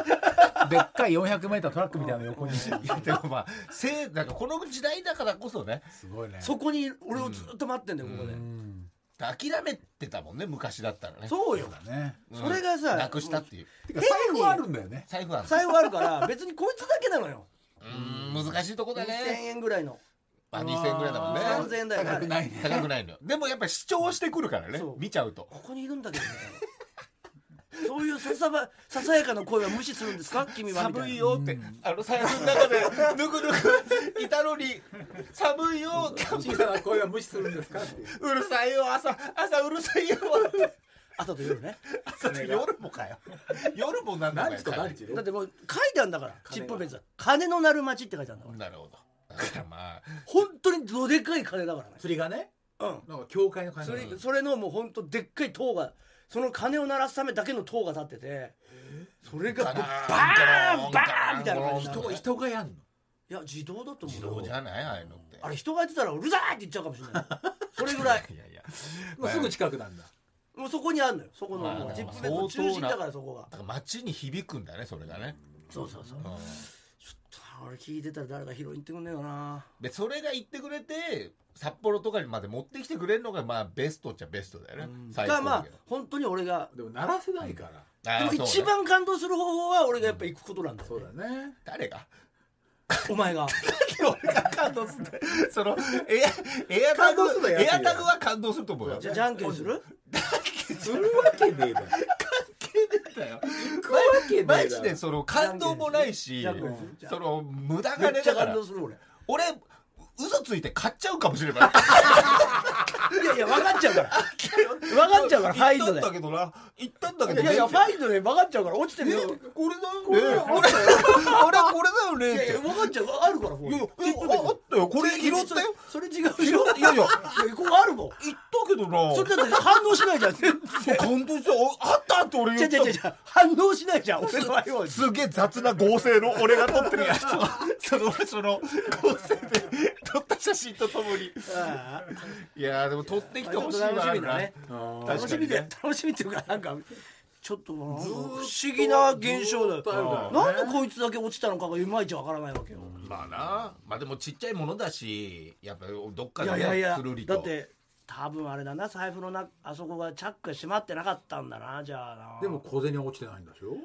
でっかい 400m トラックみたいなの横にね
いやでもまあせいなんかこの時代だからこそね
すごいね
そこに俺をずっと待ってんだよここで、
うん
諦めてたもんね昔だったらね
そうよ
そうだね
うん
それがさ
なくしたっていう
てか財布はあるんだよね
財布は
財布あるから別にこいつだけなのよ
うん難しいとこだ
2000
ね
円ぐらいの
まあ2000円ぐらいだもんね
3000円だよね
高くないね
高くないのよでもやっぱり主張してくるからね
そう
見ちゃうと
ここにいるんだけどみたいなそういうささばささやかな声は無視するんですか君はみた
寒
い
い
な
よってあの財布の中でぬくぬくいたのに寒いよ
小さな声は無視するん [LAUGHS] ですかっていう
うるさいよ朝朝うるさいよって
朝と夜ね
朝と夜もかよ夜もなんだ
何時と何時
だってもう書いてあるんだからチ
金
ッ
が
プベンさん金の鳴る町って書いてあるんだから
なるほどだからまあ
本当にどでかい金だからね
釣りがね
うん
なんか教会の感じ
それそれのもう本当でっかい塔がその鐘を鳴らすためだけの塔が立っててそれが
ガ
こう
ラ
バ
ン
ーン
ガ
バ
ラン
ーンみたいな感じ
ガラン
で
と
人人がやんの
いや自動だと
自
思
動
う
じ
よ
ゃないああいうのって
あれ人がやってたらうるさいって言っちゃうかもしれないそれぐらい
いやいや
もうすぐ近くなんだ
もうそこにあるのよそこの
まあ
もうチップベン
まあ
の中心
相当な
だからそこが
だから街に響くんだねそれがね
そうそうそう
うん
俺聞いてたら誰か拾いに行ってくんねえよな
でそれが言ってくれて札幌とかにまで持ってきてくれるのがまあベストっちゃベストだよね最
が
高
ま
だ
あ
けど
本当に俺が
でも鳴らせないから
あ
で
ー
も
そうね
一番感動する方法は俺がやっぱ行くことなんだよ
そうだね
誰が [LAUGHS]
お前が
俺が感動するんだよそのエアエアタ
感動
グ
するのはやつ
エ
よ
アタグは感動すると思うよ
じゃあじゃんけんす
[LAUGHS]
る
するわけねえだろけねえだろ
マジでその感動もないし
じゃんけんするじゃん
その無駄
めっ
金
ちゃ
だか
感
ら
動する俺
俺嘘ついて買っちゃうか
[LAUGHS]
もしれない
いやいや分かっちゃうから分かっちゃうからファインド
言
で
ったんだけどな言ったんだけど
いやいやフ
イ
ァインドで分かっちゃうから落ちてるよ
これだよね俺 [LAUGHS] 俺これだよ
い
ねっ
やい
て
や分かっちゃうあるからほ
いやいやああったよこれ拾ったよ
それ違うよ
いやいや
いやここあるもん
言ったけどな
それだって反応しない
[LAUGHS]
じゃん全
そう感動したおあったって俺言
然
っ
違う違う
た
違う反応しないじ
[LAUGHS]
ゃん俺の場合は
すげえ雑な合成の俺が撮ってるやつをそのその合成で撮った写真とともに
ああ
いやーでも撮ってきてほしいわ
楽しみだね
うん
確
楽
か
し
に
み
ね
で楽しみっていうかなんかちょっとなんか
ず
不
ーっと
思議な現象だ
ずーっとある
よ
から
な
ね
んでこいつだけ落ちたのかがいまいちわからないわけよ
まあなまあでもちっちゃいものだしやっぱりどっか
い
で
や
ね
いやいや
つるりと
だって多分あれだな財布のなあそこがチャックが閉まってなかったんだなじゃあな
でも小銭は落ちてないんでしょ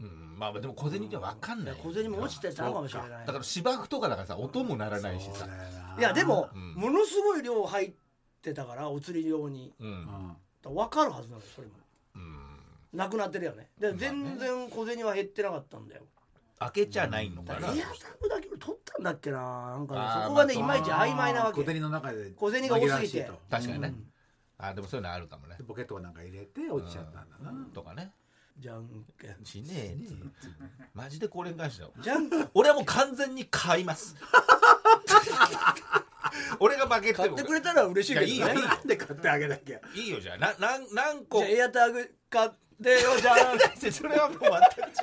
うんまあまあでも小銭じゃわかんない
小銭も落ちてたのかもしれない
だから芝生とかだからさ音も鳴らないしさ
いやでも、
うん
ものすごい量入ってたからお釣り用に
うん
う、ん
分かるはずなのよそれも
うん、
なくなってるよねで全然小銭は減ってなかったんだよ
開けちゃないの
だ
か
から
な、
エアタグだけ俺取ったんだっけななんかね
あー
そこがねい
まあ
まいち曖昧なわけ
小銭の中で
小銭が多すぎて
紛らわしいと
確かにね、
うん
あでもそういうのあるかもね
でポケットかなんか入れて落ちちゃったんだな、
とかね
じゃんけん
しねえっつうマジでこれに関しては [LAUGHS]
じゃんけん
俺はもう完全に買います俺が負けて
買っ
も
てくれたら嬉しいけどね
い
じ
や
ゃ
いいよ
なんで買ってあげなきゃ
いいよじゃあななん何個
あエアタグ買ってよじゃ
[LAUGHS]
ん
それはもう全く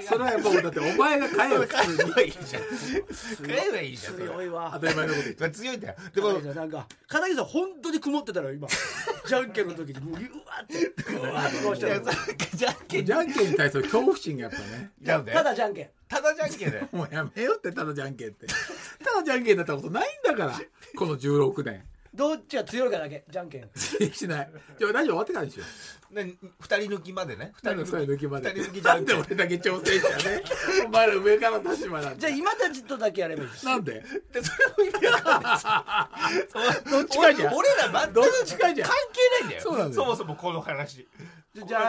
違
それはもうだってお前が買えよ普通に
ういいじゃん買えばいいじゃんそれ
強い
当
わ
たり前のこと言って
は強いんだよでも
片桐さんなんか片桐さん本当に曇ってたのよ今 [LAUGHS] じゃんけんの時にもううわ
[LAUGHS]
ってうわって顔して
いや
る
さじゃんけん
じゃんけんに対する恐怖心がやっぱ [LAUGHS] ね
じゃんけん
ただじゃんけん
ただじゃんけんだよ
もうやめようってただじゃんけんって [LAUGHS] ただじゃんけんだったことないんだからこの16年
どっちが強いかだけじゃんけん
[LAUGHS] しないじゃあラジオ終わってからにしよう
ね二人抜きまでね
二人の二人抜きまで
二人抜きじゃ
なんん
け
で
ん
俺だけ挑戦者ね [LAUGHS] お前ら上から田島なん
じゃあ
て
今たちとだけやればいいです
なんで
でそれも意味わかんない
[LAUGHS] どっちかじゃん
俺ら全く
どっちかじゃん
関係ないんだよよ
そうなんだよ
もそもこの話
じゃじゃ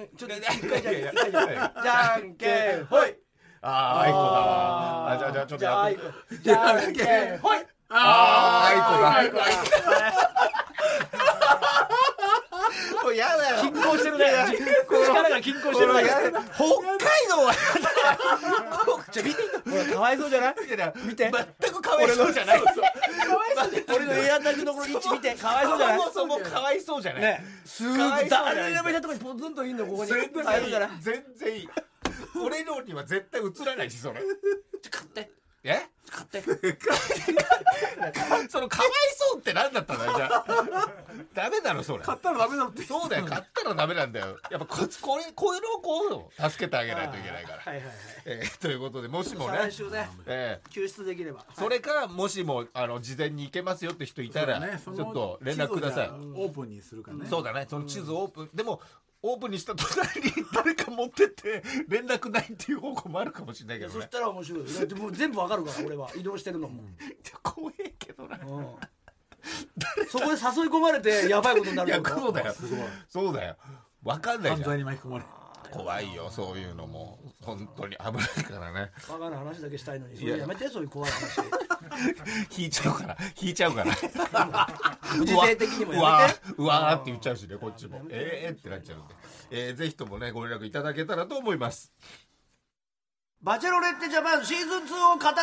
ーんちょっと一回じゃ
いやいや
一回じゃじゃんけんほい
ああーアイコだわあじゃあじゃあちょっと
じゃ
や
あ
っ
あ
て
いこじゃんけんほい
あーアイコだ
これやだよ
均衡してるね力が均衡してるね
北海道は
じゃ見てほらかわいそうじゃない見て
全くかわいそうじゃない
俺のエアタグのこの位置見てかわいそうじゃない
そもそもかわいそうじゃない、
ねすぐ
かわいそうじゃない
誰でもいたとこにポツンといんのここに
全
かわいそうじゃない
然いい全然いい俺のには絶対映らないしそれ
買って
え
買って
そのかわいそうって何だったんだよじゃあダメだろそれ
ったらダメだって
そうだよ買ったらダメなんだよやっぱここれこういうのをこう助けてあげないといけないから、
はいはいはい
えーということでもしもね
来、週ね
え
救出できれば
ーそれからもしもあの事前に行けますよって人いたら、ちょっと連絡ください
オープンにするからね
そうだねその地図をオープン、でもオープンにした途端に誰か持ってって連絡ないっていう方向もあるかもしれないけど
そ
ね
したら面白いよだってもう全部わかるから俺は移動してるのも
怖えけどな
そこで誘い込まれてやばいことにないる
や
とか
そうだよそうだよ分かんない
犯
じゃん
罪に巻き込まれる
怖いよそういうのも本当に危ないからね
バカな話だけしたいのにそれやめてそういう怖い話 [LAUGHS]
引いちゃうから引いちゃうから
不時制的にも
う
や
わ
めて
うわーって言っちゃうしねこっちもえー、えーってなっちゃうんで、えー、ぜひともねご連絡いただけたらと思います
バチェロレッテジャパンシーズン2を語るコーナ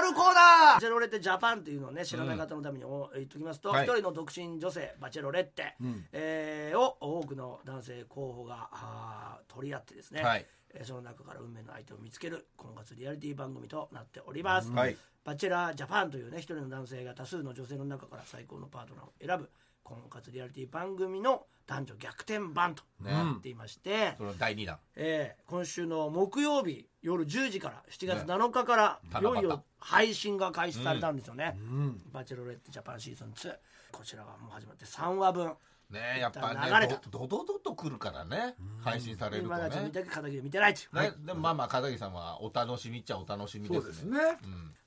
ーバチェロレッテジャパンっていうのをね知らない方のためにお言っときますと一、
はい
人の独身女性バチェロレッテ、えーを多くの男性候補があー取り合ってですね、
はい
えーその中から運命の相手を見つける婚活リアリティ番組となっております、
はい
バチェラージャパンというね一人の男性が多数の女性の中から最高のパートナーを選ぶ婚活リアリティ番組の男女逆転版となっていまして、
その第2弾
えー今週の木曜日夜10時から7月7日から、
ね
いよい
七
よ
夕
配信が開始されたんですよね「バチェロレットジャパンシーズン2」こちらがもう始まって3話分
ねやっぱ
流れ
ね
た
どどどどと来るからね配信されると
今たち見
ね
たけ片桐見てないという、
ね、でもまあまあ片桐さんはお楽しみっちゃお楽しみですね
そうですね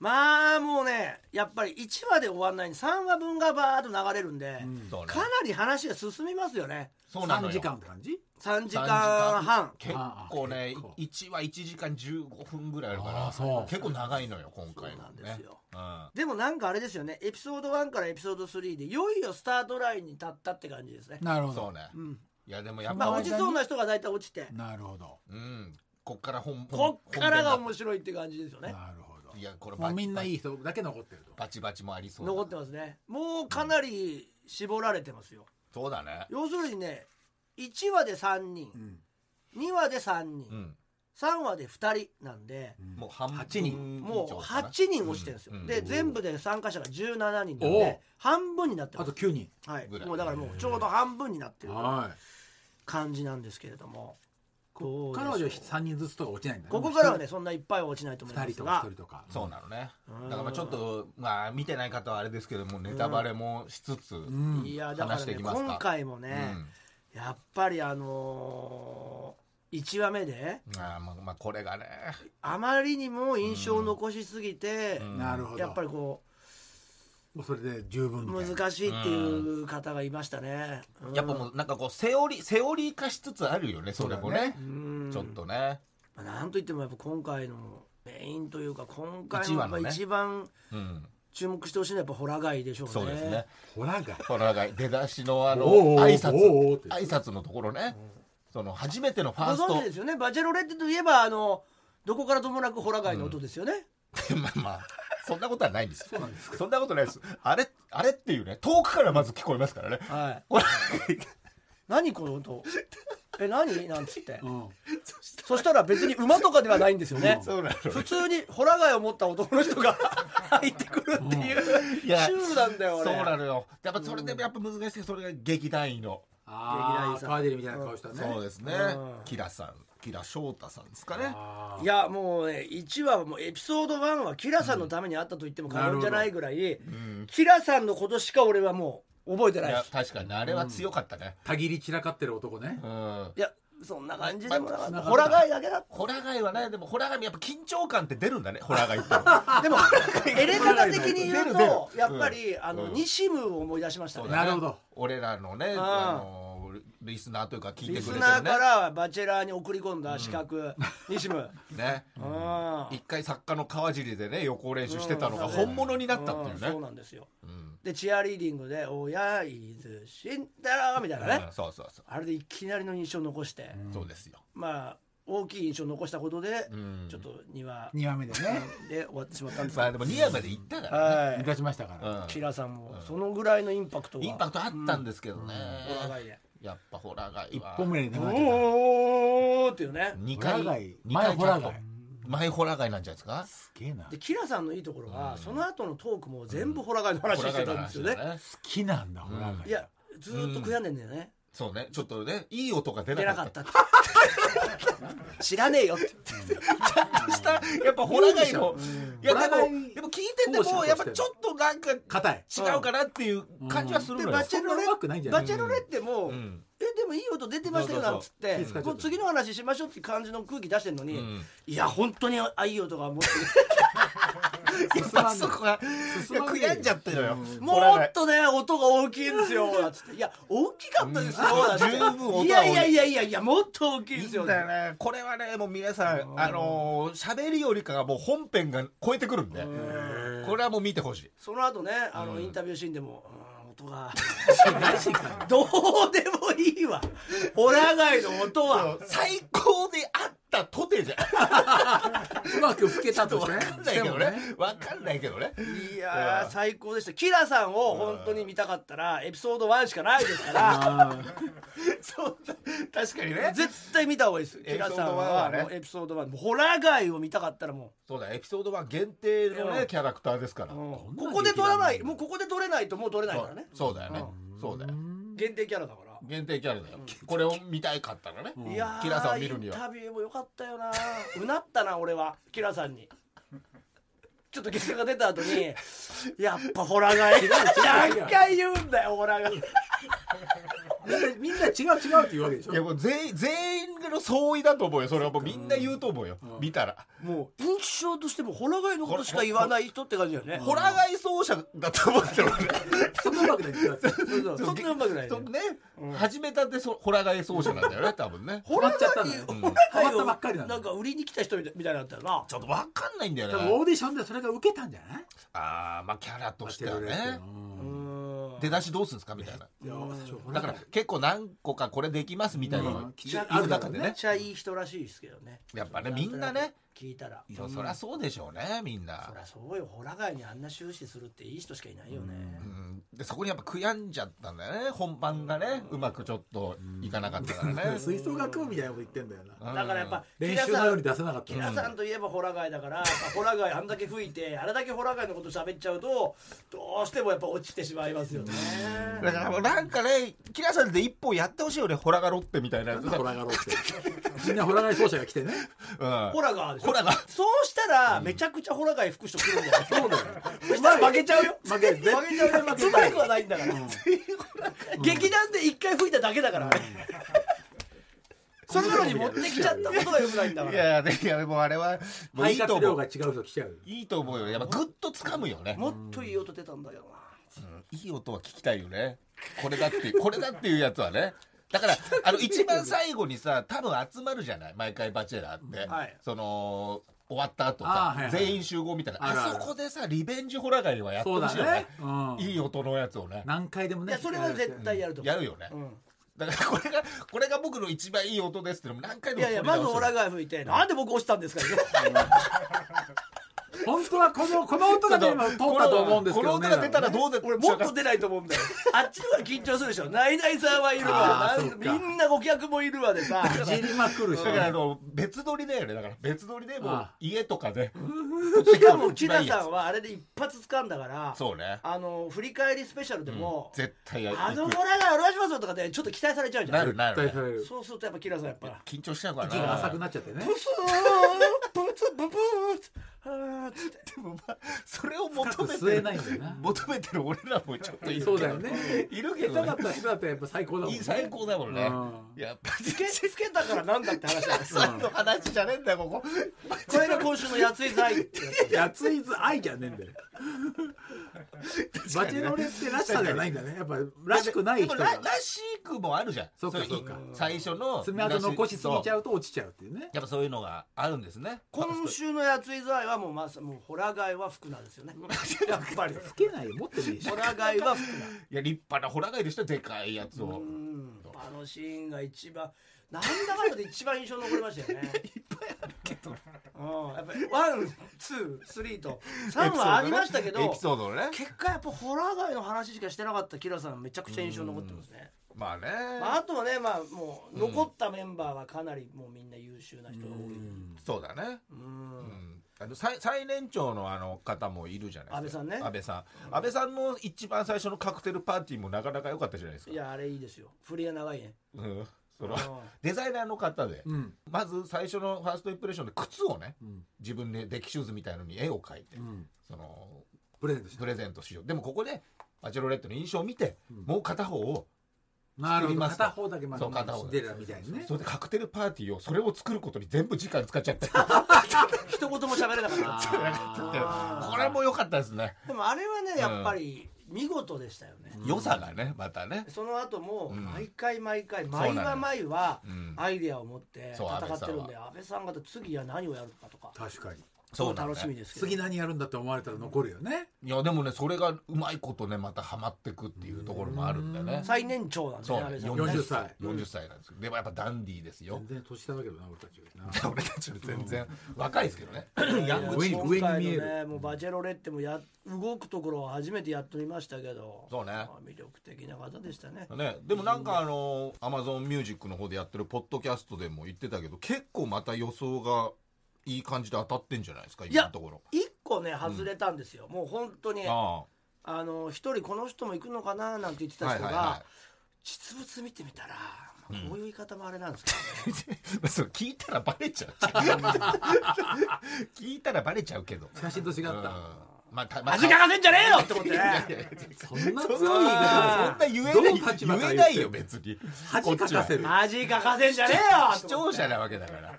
まあもうねやっぱり1話で終わんないに3話分がバーッと流れるんで、
そうね
かなり話が進みますよね
そうなのよ
3時間って感じ
3時
三
間半
結構ね
ああ
1話1時間15分ぐらいあるから
ああそう
結構長いのよ今回
そうな
は
ん
ね
ですよ
うん
でもなんかあれですよねエピソード1からエピソード3でいよいよスタートラインに立ったって感じですね
なるほ
そう
ど
ね、いやでもやっ
まあ
ぱ
落ちそうな人が大体落ちて
なるほど
うんこっから本本
こっからが
本
面白いって感じですよね
なるほど
編だいやこれ
も
バ
うみ
チ
ん
バ
な
チ
いい人だけ残ってると
バチバチもありそうだ
残ってますねもうかなり絞られてますよ
そうだね
要するにね1話で3人、2話で3人、
うん
3話で2人なんで、
もう半分
八人
もう8人落ちてるんですよ、
うん
で全部で参加者が17人なん
おう
で半分になって
あ
ます
と9人
はい
ぐらい
もうだからもうちょうど半分になってる
はい
感じなんですけれどもこ
彼女3人ずつとか落ちないんだ
ここからはねそんないっぱいは落ちないと思いま
2
す
人とか1
が
人とか
そうなのねだからまあちょっとまあ見てない方はあれですけどもネタバレもしつつ
いやだから
話して
ね
いきますか
今回もね、やっぱりあのー、1話目で
ああまあまあこれがね
あまりにも印象を残しすぎて、
なるほど
やっぱりこ
もうそれで十分
う
みたいな
難しいっていう方がいましたね、うん
やっぱもうなんかこうセオリーセオリー化しつつあるよねそれもねちょっとね
まあなんといってもやっぱ今回のメインというか今回
一
の
話
やっ
の
ぱ
ね
一番
うん
注目してほしいのはやっぱホラガイでしょうね
そうですね
ホラーが
このが出だしのあの
おーおー
挨拶
おーおーって
挨拶のところねその初めてのフ
ご
ァース
存知
ト
ですよねバチェロレッテといえばあのどこからともなくホラガイの音ですよね、
[LAUGHS] まあまあそんなことはないんですそんなことないですあれあれっていうね遠くからまず聞こえますからね
はい
ほら
何この音え何なんつって
うん
そしたら別に馬とかではないんですよね
[LAUGHS] [LAUGHS] そうなの
普通にホラ貝を持った男の人が [LAUGHS] 入ってくるっていうシ
いや
ュールなんだよ
そう
俺
なのよやっぱそれでもやっぱ難しいそれが劇団員の
あ
劇団員
あ
さん
川尻みたいな顔したね
そうですね
うん
キラさんキラ翔太さんですかね
あ
いやもうね1話はもうエピソード1はキラさんのためにあったと言っても過言じゃないぐらい、キラさんのことしか俺はもう覚えて
い
ない
や
し
確かにあれは強かったね
ーたぎり散らかってる男ね
うん
いやそんな感じでもなかっ
ま
た
あ
ホラ貝だけだっ
ホラガイはねでもホラガイもやっぱ緊張感って出るんだねホラガ [LAUGHS] イって
た [LAUGHS] でもエレガタ的に言う
出る
とやっぱりあの、ニシムを思い出しましたね
だね
なるほど
俺らのね
ん
あのるリスナーというか聞いて
リ
く
ス
れて
ナ
る
ー
ね
からバチェラーに送り込んだ資格、西村。
ね
あ
[LAUGHS] 一回作家の川尻でね予行練習してたのが
うん
本物にな
あ
ったっていう
そう
ね
なんですよ。
うん
で、チアリーディングで、おやいずしんたらみたいなね
うん。そうそうそ
あれでいきなりの印象を残して、
うそうですよ
まあ、大きい印象を残したことで、
ん
ちょっと庭
2話目でね
で終わってしまったんです
まあ
が
でもニアまで行ったからね
は
抜
い。
かしましたから、
うん
キラさんも、そのぐらいのインパクトが。
インパクトあったんですけどね
うんホラー街で
やっぱホラー街
一
は
本目で
お
流
ー
れてた
おーっていうね。
2
ホ
回
ラー街
二回
前ホラ
ち
ー街
ゃんと前ホラー街なんじゃないですか
すげえな
で
好
キラさんのいいところは、その後のトークも全部ホラガイの話
ホ
し
ラー
て
街
た
の
んです
話
よ
だ
ね、
ね
きなんだホラー街
いやずーっと悔やんでんだよね、
そうねちょっとねいい音が出
出
な
な
か
か
っ
った
[LAUGHS]
たって知らねえよって
した [LAUGHS] やっぱホラー街のいやで
ホラー
も
街
でも聞いててもやっぱちょっとなんか違
硬い
うかなっていう感じはする
で
のよ
バチェロレ
そんなうまくないんじゃない
バチェロレってもう、
ん
えでもいい音出てましたよなんつって
そうそうそう
もう次の話しましょうって感じの空気出してんのに、
ん
いや本当にあいい音がもっ
やっぱそこがい
ま
や
んね
悔やんじゃってるのよ
ともっとね音が大きいんですよなんつっていや大きかったですよなんつって
十分音は大きい
いやいやいやいやいやもっと大きい
い
で
いん
す
だ
よ
よねこれはねもう皆さんあのー喋りよりかがもう本編が超えてくるんでこれはもう見てほしい
その後ねあのインタビューシーンでも、うーん、音がどうでもいいわホラー街の音は
最高であったとてじゃん
うまく吹けたと
わかんないけどねわかんないけどね
いやー最高でしたキラさんを本当に見たかったらエピソード1しかないですから [LAUGHS]
そう確かにね
絶対見た方がいいですキラさんはもうエピソード1もうホラー街を見たかったらも
そうだエピソード1限定の
うん
ねキャラクターですから
う、
そ
こ
う
どんな
こで撮らない
劇団
もうここで撮れないともう撮れないからね
そうだよねそうだよ
限定キャラだから
限定キャラだよこれを見たいかったらね
いやー
キラさんを見るに
イン
は
タビューも良かったよなうなったな俺はキラさんにちょっと結果が出た後にやっぱホラガイ何回言うんだよホラガイ
みんな違う違うって言うわけでしょ
いやもう全員全員の相違だと思うよそれはもうみんな言うと思うよ、見たら、
もう印象としてもホラガイのことしか言わない人って感じだよね
ホラー街奏者だと思ってる俺
そんなうまくないって言うわけ
そうそうそんなうまくないね
そうね、始めたってそホラガイ奏者なんだよね多分ね
ホラガイ
ハマっちゃったんだよ
ホラガイ
ハマったばっかり
を
なんだ
なんか売りに来た人みたいになったよな
ちょっとわかんないんだよね
多分オーディションでそれが受けたんじゃない
ああまあキャラとしてはね
うーん
出だしどうするんですかみたいない
や最初ホ
だ
ラー
か
街
ら結構何個かこれできますみたいなの
う
が
ん
いる中で
めっ
ね
ちゃいい人らしいですけどね
やっぱねみんなね
聞いたら
いやそりゃそうでしょうねみんな
そりゃそうよホラガイにあんな終始するっていい人しかいないよね、
うんでそこにやっぱ悔やんじゃったんだよね本番がねうまくちょっといかなかったからね
吹奏楽部みたいなこと言ってんだよな
だからやっぱ
練習のように出せなかった
キラさんといえばホラガイだから、やっぱホラガイあんだけ吹いてあれだけホラガイのこと喋っちゃうとどうしてもやっぱ落ちてしまいますよね。
だからもうなんかねキラさんで一本やってほしいよねホラガロってみたいなやつ
ホラー街ってみんなホラー街奏者が来てね
うん
ホラガーでしょ
ホラガー
そうしたらめちゃくちゃホラガイ吹く人来るんだよ。そうだよ。そしたら負けちゃうよ。
負ける
負けちゃうよ。つまらくはないんだから。劇団で一回吹いただけだから。それなのに持ってきちゃったことが良くないんだか
い
ら。
やでいやもうあれはもうい
肺
いと
活
思
量
う
が違う人来ちゃう
いいと思うよやっぱグッと掴むよね
もっといい音出たんだけどな。
いい音は聞きたいよねこれだってこれだっていうやつはねだからあの一番最後にさ多分集まるじゃない毎回「バチェラー」って、
はい
その終わった後さ、
あーはいはい
全員集合みたいなあ
あるある
そこでさリベンジホラガイはやってほしいよね
そうだねうん
いい音のやつをね
何回でも
い
ね
やそれは絶対やると思う。
やるよね、
ん
だからこれがこれが僕の一番いい音ですってのも何回で
い
も
やいやまずホラ
ガイ
ガイ吹いてなんで僕押したんですかね。
本当はこのこの音がね今通ったと思うんです
こ
けどね
の音が出たらどうで
[LAUGHS] 俺もっと出ないと思うんだよあっちの方が緊張するでしょナイナイさんはいるわ
あー
なん
そっか
みんな顧客もいるわでさ
いじりまくるし
だからあの別撮りだよねだから別撮りでもう家とか
[LAUGHS]
で
しかもキラさんはあれで一発掴んだから
そうね
あの振り返りスペシャルでも、
絶対や
あの
行
ホ
く
ラーがお願いしますよとかでちょっと期待されちゃうじゃ
なんるな
絶対
る
される
そうするとやっぱキラさんやっぱ
緊張しちゃうから
字が浅くなっちゃってね
プツープツブブーってって
でもまあそれを求め
吸
て
え
る
ないんだよな
求めてる俺らもちょっといるけど
そうだよね
いる
下手
けど
だ
ね
った人だったらやっぱ最高だもん
い
ね
い最高だもんね
うん
やっぱり
つけつけたからなんだって話だよ
さんの話じゃねえんだよここ
これが今週のやつい罪ってやつ
やついず愛じゃねえんだよバチェロレってらしさではないんだねやっぱらしくない
で
人
も
が
ららしくもあるじゃん
そうか
れ
そうか
最初の
爪痕残しすぎち
う
ゃうと落ちちゃうっていうね
やっぱそういうのがあるんですね
今週のやつい罪はもうまさもうホラガイは服なん
[LAUGHS]
ですよねやっぱり
つけないよ持ってねえし
ホラガイは服なん
いや立派なホラ貝でしたよでかいやつを
うんあのシーンが一番なんだかんだで一番印象に残りましたよね [LAUGHS] いっぱいあるけどうんやっぱりワンツースリーと3はありましたけど
エピソードのね
結果やっぱホラー街の話しかしてなかったキラさんめちゃくちゃ印象に残ってますね、
まあね
まあ、あとはねまあもう残ったメンバーはかなりもうみんな優秀な人が多い
そうだね
うん
うんあの最最年長のあの方もいるじゃないですか
安倍さんね
安倍さん安倍さんの一番最初のカクテルパーティーもなかなか良かったじゃないですか
いやあれいいですよ振りが長いね
うん
[LAUGHS]
その
うん
デザイナーの方で、
うん
まず最初のファーストインプレッションで靴をね、
ん
自分でデッキシューズみたいのに絵を描いて、
ん
その
プレゼントして
プレゼントしようでもここでバチェロレットの印象を見て、もう片方を
なる
作
ほ
り
ど
ます
片方だけま
そう片
だ
方
出るみたいなね
それでカクテルパーティーをそれを作ることに全部時間使っちゃって
[LAUGHS] 一言も喋れなかった [LAUGHS]
あ
これも良かったですね、
でもあれはねやっぱり見事でしたよね、
良さがねまたね
その後も
うん
毎回毎回
なのよ
毎は毎は
うん
アイデアを持って
そう
戦ってるんで
安倍さん
安倍さんが次は何をやるかとか
ー確かに
そう
なんだよ
楽しみですけど
次何やるんだって思われたら残るよね
いやでもねそれがうまいことねまたハマってくっていうところもあるんだよね
最年長なんで
そ
ね
う
安倍さん
ね
ね
40歳
40歳なんですけどでもやっぱダンディーですよ
全然年下だけどな俺たちよりな
俺たちより全然若いですけどねヤング
上に上に見える
今回のねもうバチェロレッテもや動くところを初めてやっと見ましたけど
そうね
まあ魅力的な方でしたね
ねでもなんかあのアマゾンミュージックの方でやってるポッドキャストでも言ってたけど結構また予想がいい感じで当たってんじゃないです
い
か
や
今のところ
一個ね外れたんですよ、もう本当にあ
あ
の一人この人も行くのかななんて言ってた人が、
はいはいはい [LAUGHS]
実物見てみたらまあこういう言い方もあれなんですけど、ね
あそれ聞いたらバレちゃう聞いたらバレちゃうけど
写真と違っ
うん
た
まあたまあ
味書かせんじゃねえよって思ってね
そんな強い
そん
言い方ど
な言えない
う立場から言ってんの
言えないよ別に
恥かかせる
味書かせんじゃねえよ
視
って思
聴
って
者なわけだから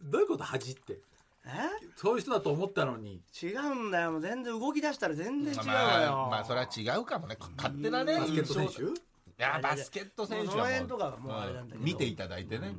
どういうこと恥ってそういう人だと思ったのに
え違うんだよもう全然動き出したら全然違うわ
ま
よ、
あ、まあそれは違うかもね勝手なね
バスケット選
印象い
手
やバスケット選手は
その辺とかはもうあれなんだけど
見ていただいてね、はい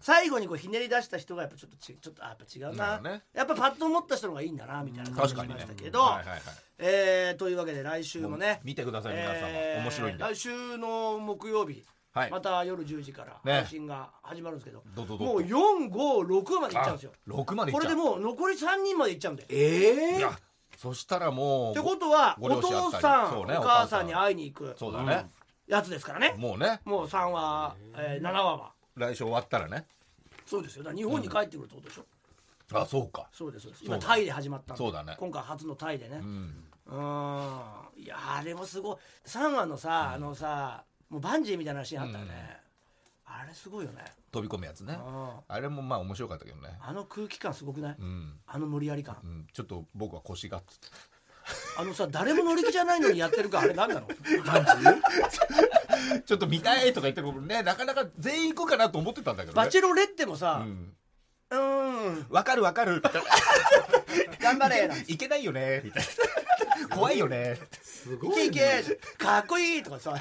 最後にこうひねり出した人がやっぱちょっとちちょっとあやっぱ違う
な
な
るほどね
やっぱパッと思った人の方がいいんだなみたいな感じ
確
がし
かにね
ましたけど、
はいはいはい
えーというわけで来週もね
見てください皆様、
えー
面白いんで
来週の木曜日、
はい
また夜10時から
ね
配信が始まるんですけど、
どどど
もう456までいっちゃうんですよ
6までい
こ
っち
れ
ゃう
でもう残り3人までいっちゃうんでって
え
い
え
やそしたらもう
ことは
ご
お
両親あ
父
ったり
さん、
そうね
お母さんに会いに行く
そうだね、
やつですからね
もうね
もう3話、えー、7話は
来週終わったらね
そうですよだから日本に帰ってくるってことでしょ、
あそうか
そうですそうです今
そうだ
タイで始まったんで
そうだね
今回初のタイでねう
うんん
いやあれもすごい3話のさ、あのさもうバンジーみたいなシーンあったよね、あれすごいよね
飛び込むやつね
あ
あれもまあ面白かったけどね
あの空気感すごくない、
うん、
あの無理やり感、
うん、ちょっと僕は腰がつって
あのさ誰も乗り気じゃないのにやってるからあれなんなの
[LAUGHS] ちょっと見たいとか言ってるねなかなか全員行くかなと思ってたんだけど、ね、
バチェロレッテもさ
うん
うーん
わかるわかるみたいな
頑張れなんて
いけないよね [LAUGHS] みたいな怖いよね
す
い
ご
けい
い
けかっこいいとかさ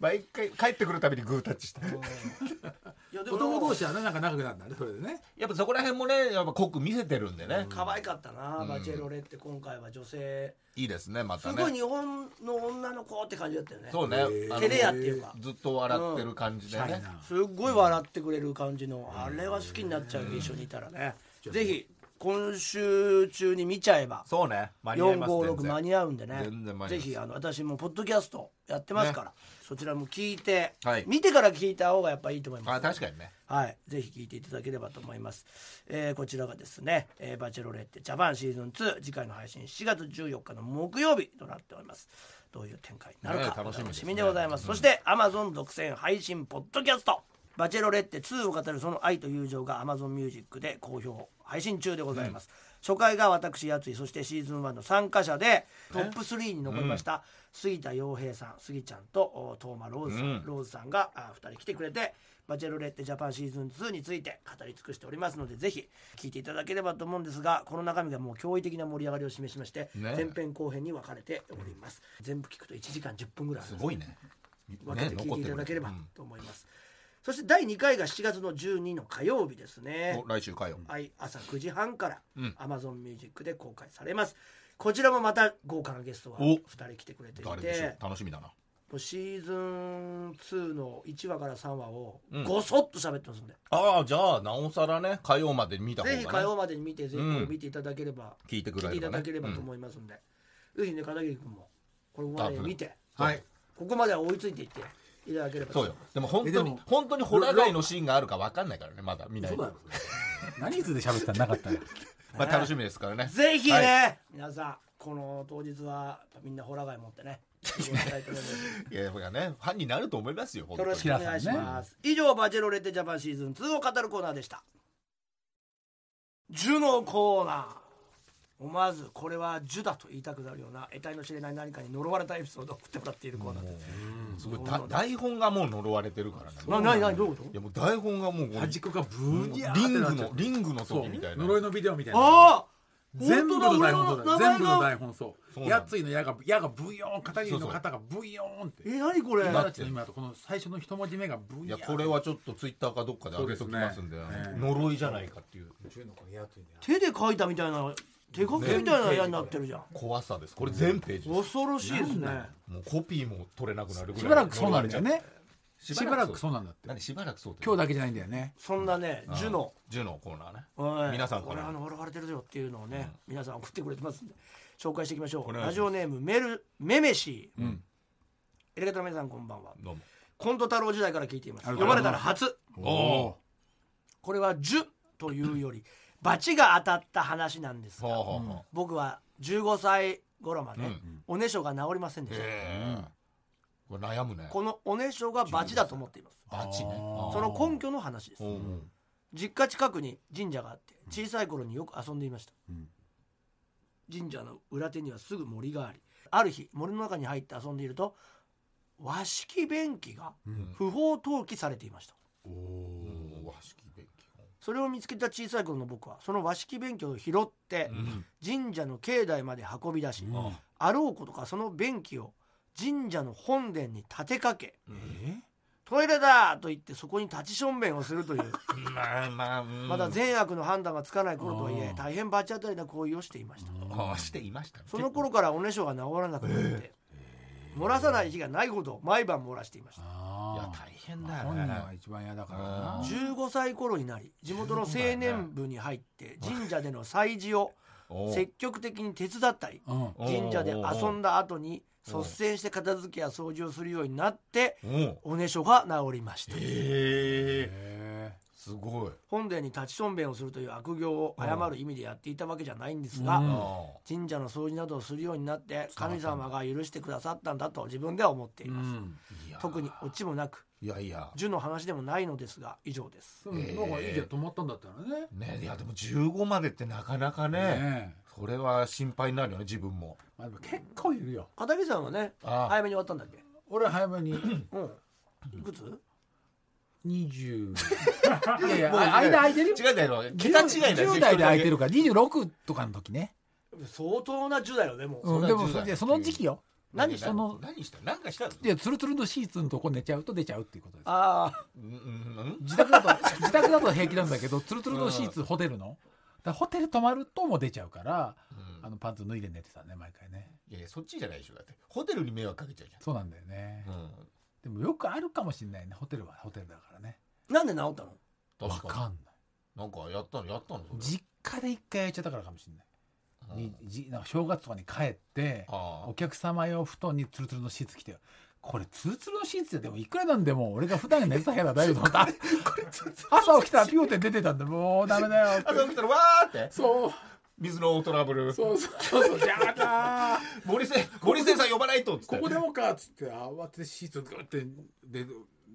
毎回帰ってくるたびにグータッチして
いやで
子供同
も
士はねなんか仲良くなるんだねそれでね
やっぱそこら辺もねやっぱ濃く見せてるんでね、
可愛かったな、バチェロレって今回は女性
いいですねますた
ごい
ね
日本の女の子って感じだったよね
そうね、あの
照れ屋っていうか
ずっと笑ってる感じでね、
はいな
すっごい笑ってくれる感じの、あれは好きになっちゃう、一緒にいたらね、ぜひ今週中に見ちゃえば
そうね間に合います全
456
然
間に合うんでね
全然間に
ぜ
合います
ひあの私もポッドキャストやってますから、そちらも聞いて、
はい
見てから聞いた方がやっぱいいと思います
あ確かにね
はい、ぜひ聞いていただければと思います、えーこちらがですね「えーバチェロレッテジャパンシーズン2」次回の配信7月14日の木曜日となっておりますどういう展開になるか、
ね楽しみですね
お楽しみでございます、そして Amazon 独占配信ポッドキャストバチェロレッテ2を語るその愛と友情が Amazon ミュージックで好評配信中でございます、初回が私やついそしてシーズン1の参加者でトップ3に残りました、杉田洋平さん杉ちゃんとおトーマローズさん、ローズさんがあ2人来てくれてバチェロレッテジャパンシーズン2について語り尽くしておりますのでぜひ聞いていただければと思うんですがこの中身がもう驚異的な盛り上がりを示しまして、
ね
前編後編に分かれております全部聞くと1時間10分ぐらいあるんですす
ごいね
分けて聞いていただければ
ね残って
と思います、そして第2回が7月の12の火曜日です
る
ね
うんお来週かよ
はい朝9時半から AmazonMusic で公開されますこちらもまた豪華なゲストが
お
2人来てくれてい
誰でしょう
て
楽しみだな
もうシーズン2の1話から3話をごそっと喋ってますんで、
ああじゃあなおさらね火曜まで見た方が
ぜ
ね
ひ火曜までに見てぜひこれ見ていただければ、
聞いてく
聞
れ
いてい
れ
た
ば
だ
ね
ければと思いますんで、ぜひね片桐君もこれまで見て
はい
ここまでは追いついていっていただければと
そうよでも本
えで
当に
も
本当にホラガイのシーンがあるか分かんないからねまだ見ない
そうだよ
ま。
何いつで喋ってたんなかったの
あ楽しみですからね
ぜひね、
はい
皆さんこの当日はみんなホラガイ持っ
[LAUGHS]
てね見ていただきたいと思います
いやいやねファンになると思いますよ本当
よ
に
ろしくお願いします、以上バチェロレッテジャパンシーズン2を語るコーナーでしたジュのコーナー思わずこれはジュだと言いたくなるような得体の知れない何かに呪われたエピソードを送ってもらっているコーナーです
すごいだ台本がもう呪われてるからね
ななになにどういうこ
いやもう台本がもうこれ
端っこがブニャー
リ
って
ン
な
グ
っちゃっ
の
て
リングの
そ
時みた
う
いな
呪いのビデオみたい
と
な
ああ
全部の台本そうだよ全部の台本そう
そうなの
やついの矢が矢がブヨーン片桐の肩がブヨーンって
え何これ
今たちの今とこの最初の一文字目がブ
い
ヨー
や
ン
これはちょっとツイッターかどっかで上げときますんで
そうですね
呪いじゃないかっていう
手で書いたみたいな手書きみたいな絵になってるじゃん
怖さですこれ全ページです
恐ろしいですね
もうコピーも取れなくなるぐらい
しばらくそうなんだよね
し
しばらくそうなんだって
何しばらくそうって
今日だけじゃないんだよね
そんなねジュの
10のコーナーね
はい
皆さんか
これ
ら
あの笑われてるよっていうのをね、皆さん送ってくれてますんで紹介していきましょう
お願いします
ラジオネームメルメメシー、エレガタの皆さんこんばんは
どうも
コント太郎時代から聞いています
あり
読
がとう
まれ
ござい
た
ます
ら初
おー
これは「ジュ」というより「バチが当たった話なんです
はあ
が
はあはあ
僕は15歳頃まで
うん
おねしょが治りませんでした、
へえこれ悩むね
このおねしょがバチだと思っています
バチね
その根拠の話です
おー
実家近くに神社があって小さい頃によく遊んでいました、
ん
神社の裏手にはすぐ森がありある日森の中に入って遊んでいると和式便器が不法投棄されていました、
うん和式便器
それを見つけた小さい頃の僕はその和式便器を拾って、神社の境内まで運び出し、あろうことかその便器を神社の本殿に立てかけ、トイレだと言ってそこに立ちしょんべんをするという
まあまあうん
まだ善悪の判断がつかない頃とはいえ
うん
大変罰当たりな行為をしていました
あーしていましたね
その頃からおねしょが治らなくなって漏らさない日がないほど毎晩漏らしていました
いや
あ
大変
あ
だよ
本人
ね
は一番嫌だから
うん
な
15歳頃になり地元の青年部に入って神社での祭事を
おー
積極的に手伝ったり
うん
おー
神社で遊んだ後に率先して片付けや掃除をするようになって
おー
おねしょが治りました
へえ
へ
すごい
本殿に立ちしょんべんをするという悪行を謝る意味でやっていたわけじゃないんですが、
うん
あ
神社の掃除などをするようになって神様が許してくださったんだと自分では思ってい
ーう
ます、
ん
ーいや
特にオチもなく
いやいや
樹の話でもないのですが以上です
うんなんかいいじゃん止まったんだったらね
ねいやでも15までってなかなかね
ねえ
それは心配になるよね自分も
まあでも結構いるよ
片桐さんはね
ああ
早めに終わったんだっけ
俺は早めに [CLEARS THROAT]
うんいくつ
20いやいや
もう
あ間空いてるよ
違うだよ桁違いだよ
10代で空いて
る
るから26とかの時ね、
相当な樹だよでも、
う
そ
ん、で
れは
も
10代
いやその時期よ
何
その
何した何かしたの
いやツルツルのシーツのとこ寝ちゃうと出ちゃうっていうことです
ああ
うんうん
自宅だと自宅だと平気なんだけどツルツルのシーツホテルのだからホテル泊まるともう出ちゃうから、あのパンツ脱いで寝てたね毎回ね
いやいやそっちじゃないでしょだってホテルに迷惑かけちゃうじ
そうなんだよね
ゃ、んうん
でもよくあるかもしれないねホテルはホテルだからね
なんで治ったの
わ
確
か
か
んない
になんかやったのやったのそれ
実家で一回やっちゃったからかもしれないにじなんか正月とかに帰って
ああ
お客様用布団にツルツルのシーツ着てこれツルツルのシーツででもいくらなんでも俺が普段寝てた部屋だだよ
[LAUGHS]
朝起きたらピューって出てたんでもうダメだよって
朝起きたらわーって
そう
水のトラブル
そうそうそう、じゃあなー
森先森先生呼ばないとっつっ
[LAUGHS]
て
ここでもかっつって慌ててシーツグってで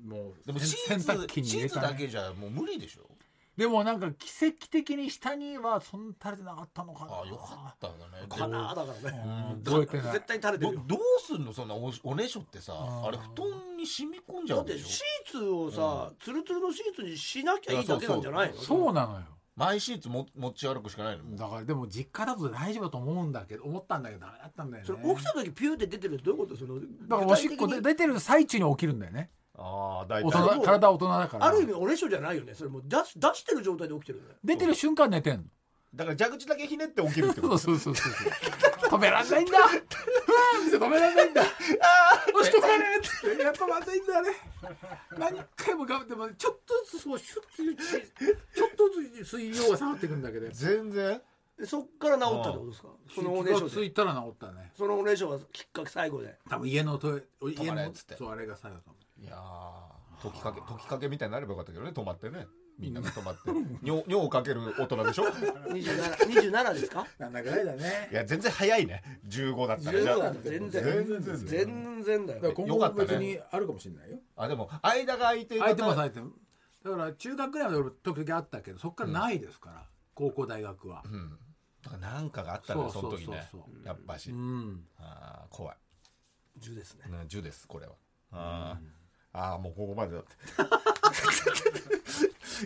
もう
でもシー
洗濯機
ツ
に
シ
入れ
ーツ
たね
だけじゃもう無理でしょ
でもなんか奇跡的に下にはそんな垂れてなかったのかな
ああよかったんだね
かなーだからね
うん覚えてない
絶対垂れて
ど
るよ
どうすんのそんなおおねしょってさあれ布団に染み込んじゃ
だっ
う
て
でしょ
シーツをさ、ツルツルのシーツにしなきゃいいだけなんじゃないの
そうなのよ
マイシーツも持ち歩くしかないの
だからでも実家だと大丈夫だと思うんだけど思ったんだけどダメだったんだよね
それ起きた時ピューって出てるってどういうことその
だからおしっこで
具体的に
出てる最中に起きるんだよね
ああ大
大
体
そう
人体は大人だから
ある意味おねしょじゃないよねそれもう出し出してる状態で起きてるよね
出てる瞬間寝てんの
だから蛇口だけひねって起きるってこ
そ
と
うそうそうそう止めらんないんだ止めらんないんだ押しとかねっつってやっぱまずいんだよね
何回も頑張ってもちょっとずつそうシュッてちょっとずつ水量が下がってくんだけどやっぱ
全然
でそっから治ったってことですかそのおね
気
し
が
ょ
つ
で
いたら治ったね
そのおねしょがきっかけ最後で
多分家のトイレ
ま
家
らんや
の
つって
そうあれが最後だと思う
いやー時かけ時かけみたいになればよかったけどね止まってねみんなが止まって尿尿をかける大人でしょい
27, 27ですか
なんだぐらいだね
や全然早いね15だったらじゃ
15だ
あ
った全然
全然ですよ
全然だよ
だから今
よか
後
った
別
ね
にあるかもしれないよ
あでも間が空いて
相手も
また
相手もだから中学ぐらいまで俺時々あったけどそっからないですから、高校大学は
うんだからなんかがあったね
そ
そ
そ
うの
うそう
時ね
そう
やっぱし
うん
あー怖い
10ですね
うん10ですこれはあーあーもうここまでだって [LAUGHS]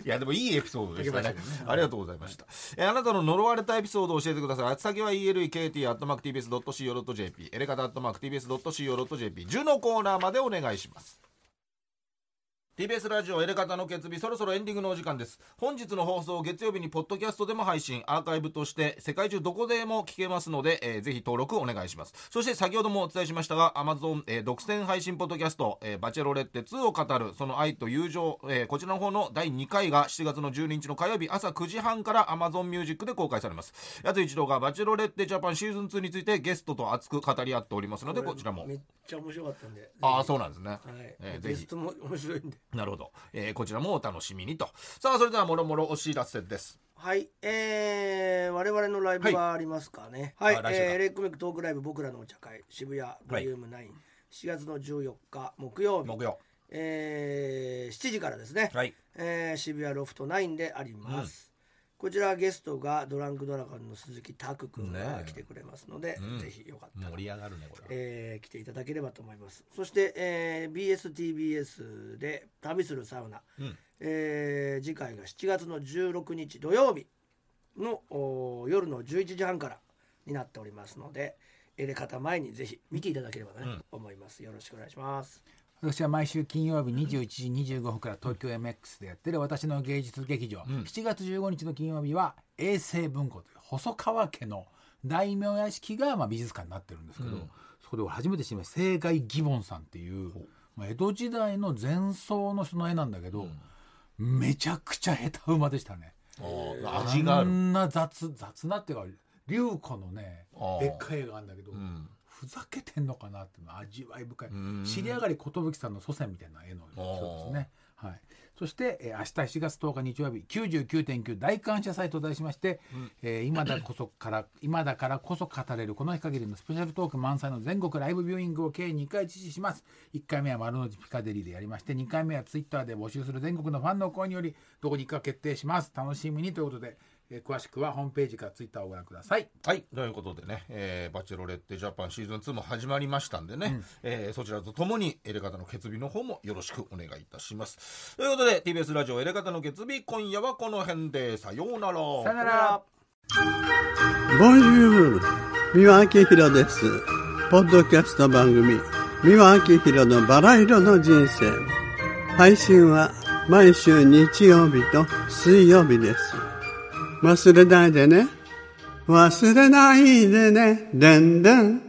いやでもいいエピソードでしたねありがとうございました、えーあなたの呪われたエピソードを教えてください宛先は elekt.tbs.co.jp エレカタ .tbs.co.jp 10のコーナーまでお願いします TBS ラジオエレカタの決日そろそろエンディングのお時間です本日の放送を月曜日にポッドキャストでも配信アーカイブとして世界中どこでも聞けますので、えーぜひ登録お願いしますそして先ほどもお伝えしましたが Amazon、えー独占配信ポッドキャスト、えーバチェロレッテ2を語るその愛と友情、えーこちらの方の第2回が7月の12日の火曜日朝9時半から Amazon ミュージックで公開されますやつ一郎がバチェロレッテジャパンシーズン2についてゲストと熱く語り合っておりますのでこちらも
めっちゃ面白かったんで
ああ
う
そうなんですね、
はい、
えーぜ
ゲ
ひ
ストも面白いんで
なるほど、えーこちらもお楽しみにとさあそれではもろもろお知らせです
はい、えー、我々のライブはありますかね。はい、
あ来週だ
えー、レックメックトークライブ僕らのお茶会渋谷ボリューム9、7月の14日木曜日、
木曜
えー、7時からですね。
はい
えー渋谷ロフト9であります。こちらゲストがドランクドラゴンの鈴木拓くんが来てくれますので、ぜひよかったら
盛り上がるねこれ
えー来ていただければと思いますそして、えー BSTBS で「旅するサウナ」えー次回が7月の16日土曜日のおー夜の11時半からになっておりますので入れ方前にぜひ見ていただければと、ね思いますよろしくお願いします
私は毎週金曜日21時25分から東京 MX でやってる私の芸術劇場、7月15日の金曜日は衛星文庫という細川家の大名屋敷がまあ美術館になってるんですけど、そこで俺初めて知りました清海義門さんっていう、まあ、江戸時代の前奏の人の絵なんだけど、めちゃくちゃ下手馬でしたね。
あー味があ
あ
る
んな雑雑なっていうか龍子のね
あー
でっかい絵があるんだけど、
ん
ふざけてんのかなっていうの味わい深い
ん
知り上がり寿さんの祖先みたいな絵の人ですね。はい、そして、えー明日7月10日日曜日99.9大感謝祭と題しまして、えー今だこそから [CLEARS THROAT] 今だからこそ語れるこの日限りのスペシャルトーク満載の全国ライブビューイングを計2回実施します1回目は丸の内ピカデリーでやりまして2回目はツイッターで募集する全国のファンの声によりどこに行くか決定します楽しみにということで、えー詳しくはホームページかツイッターをご覧ください
はいということでね、えーバチェロレッテジャパンシーズン2も始まりましたんでね、えーそちらとともにエレガタの決日の方もよろしくお願いいたしますということで TBS ラジオエレガタの決日今夜はこの辺でさようなら
さよなら
ボンジュール、三輪明宏です。ポッドキャスト番組、三輪明宏のバラ色の人生。配信は毎週日曜日と水曜日です。忘れないでね。忘れないでね。でんでん。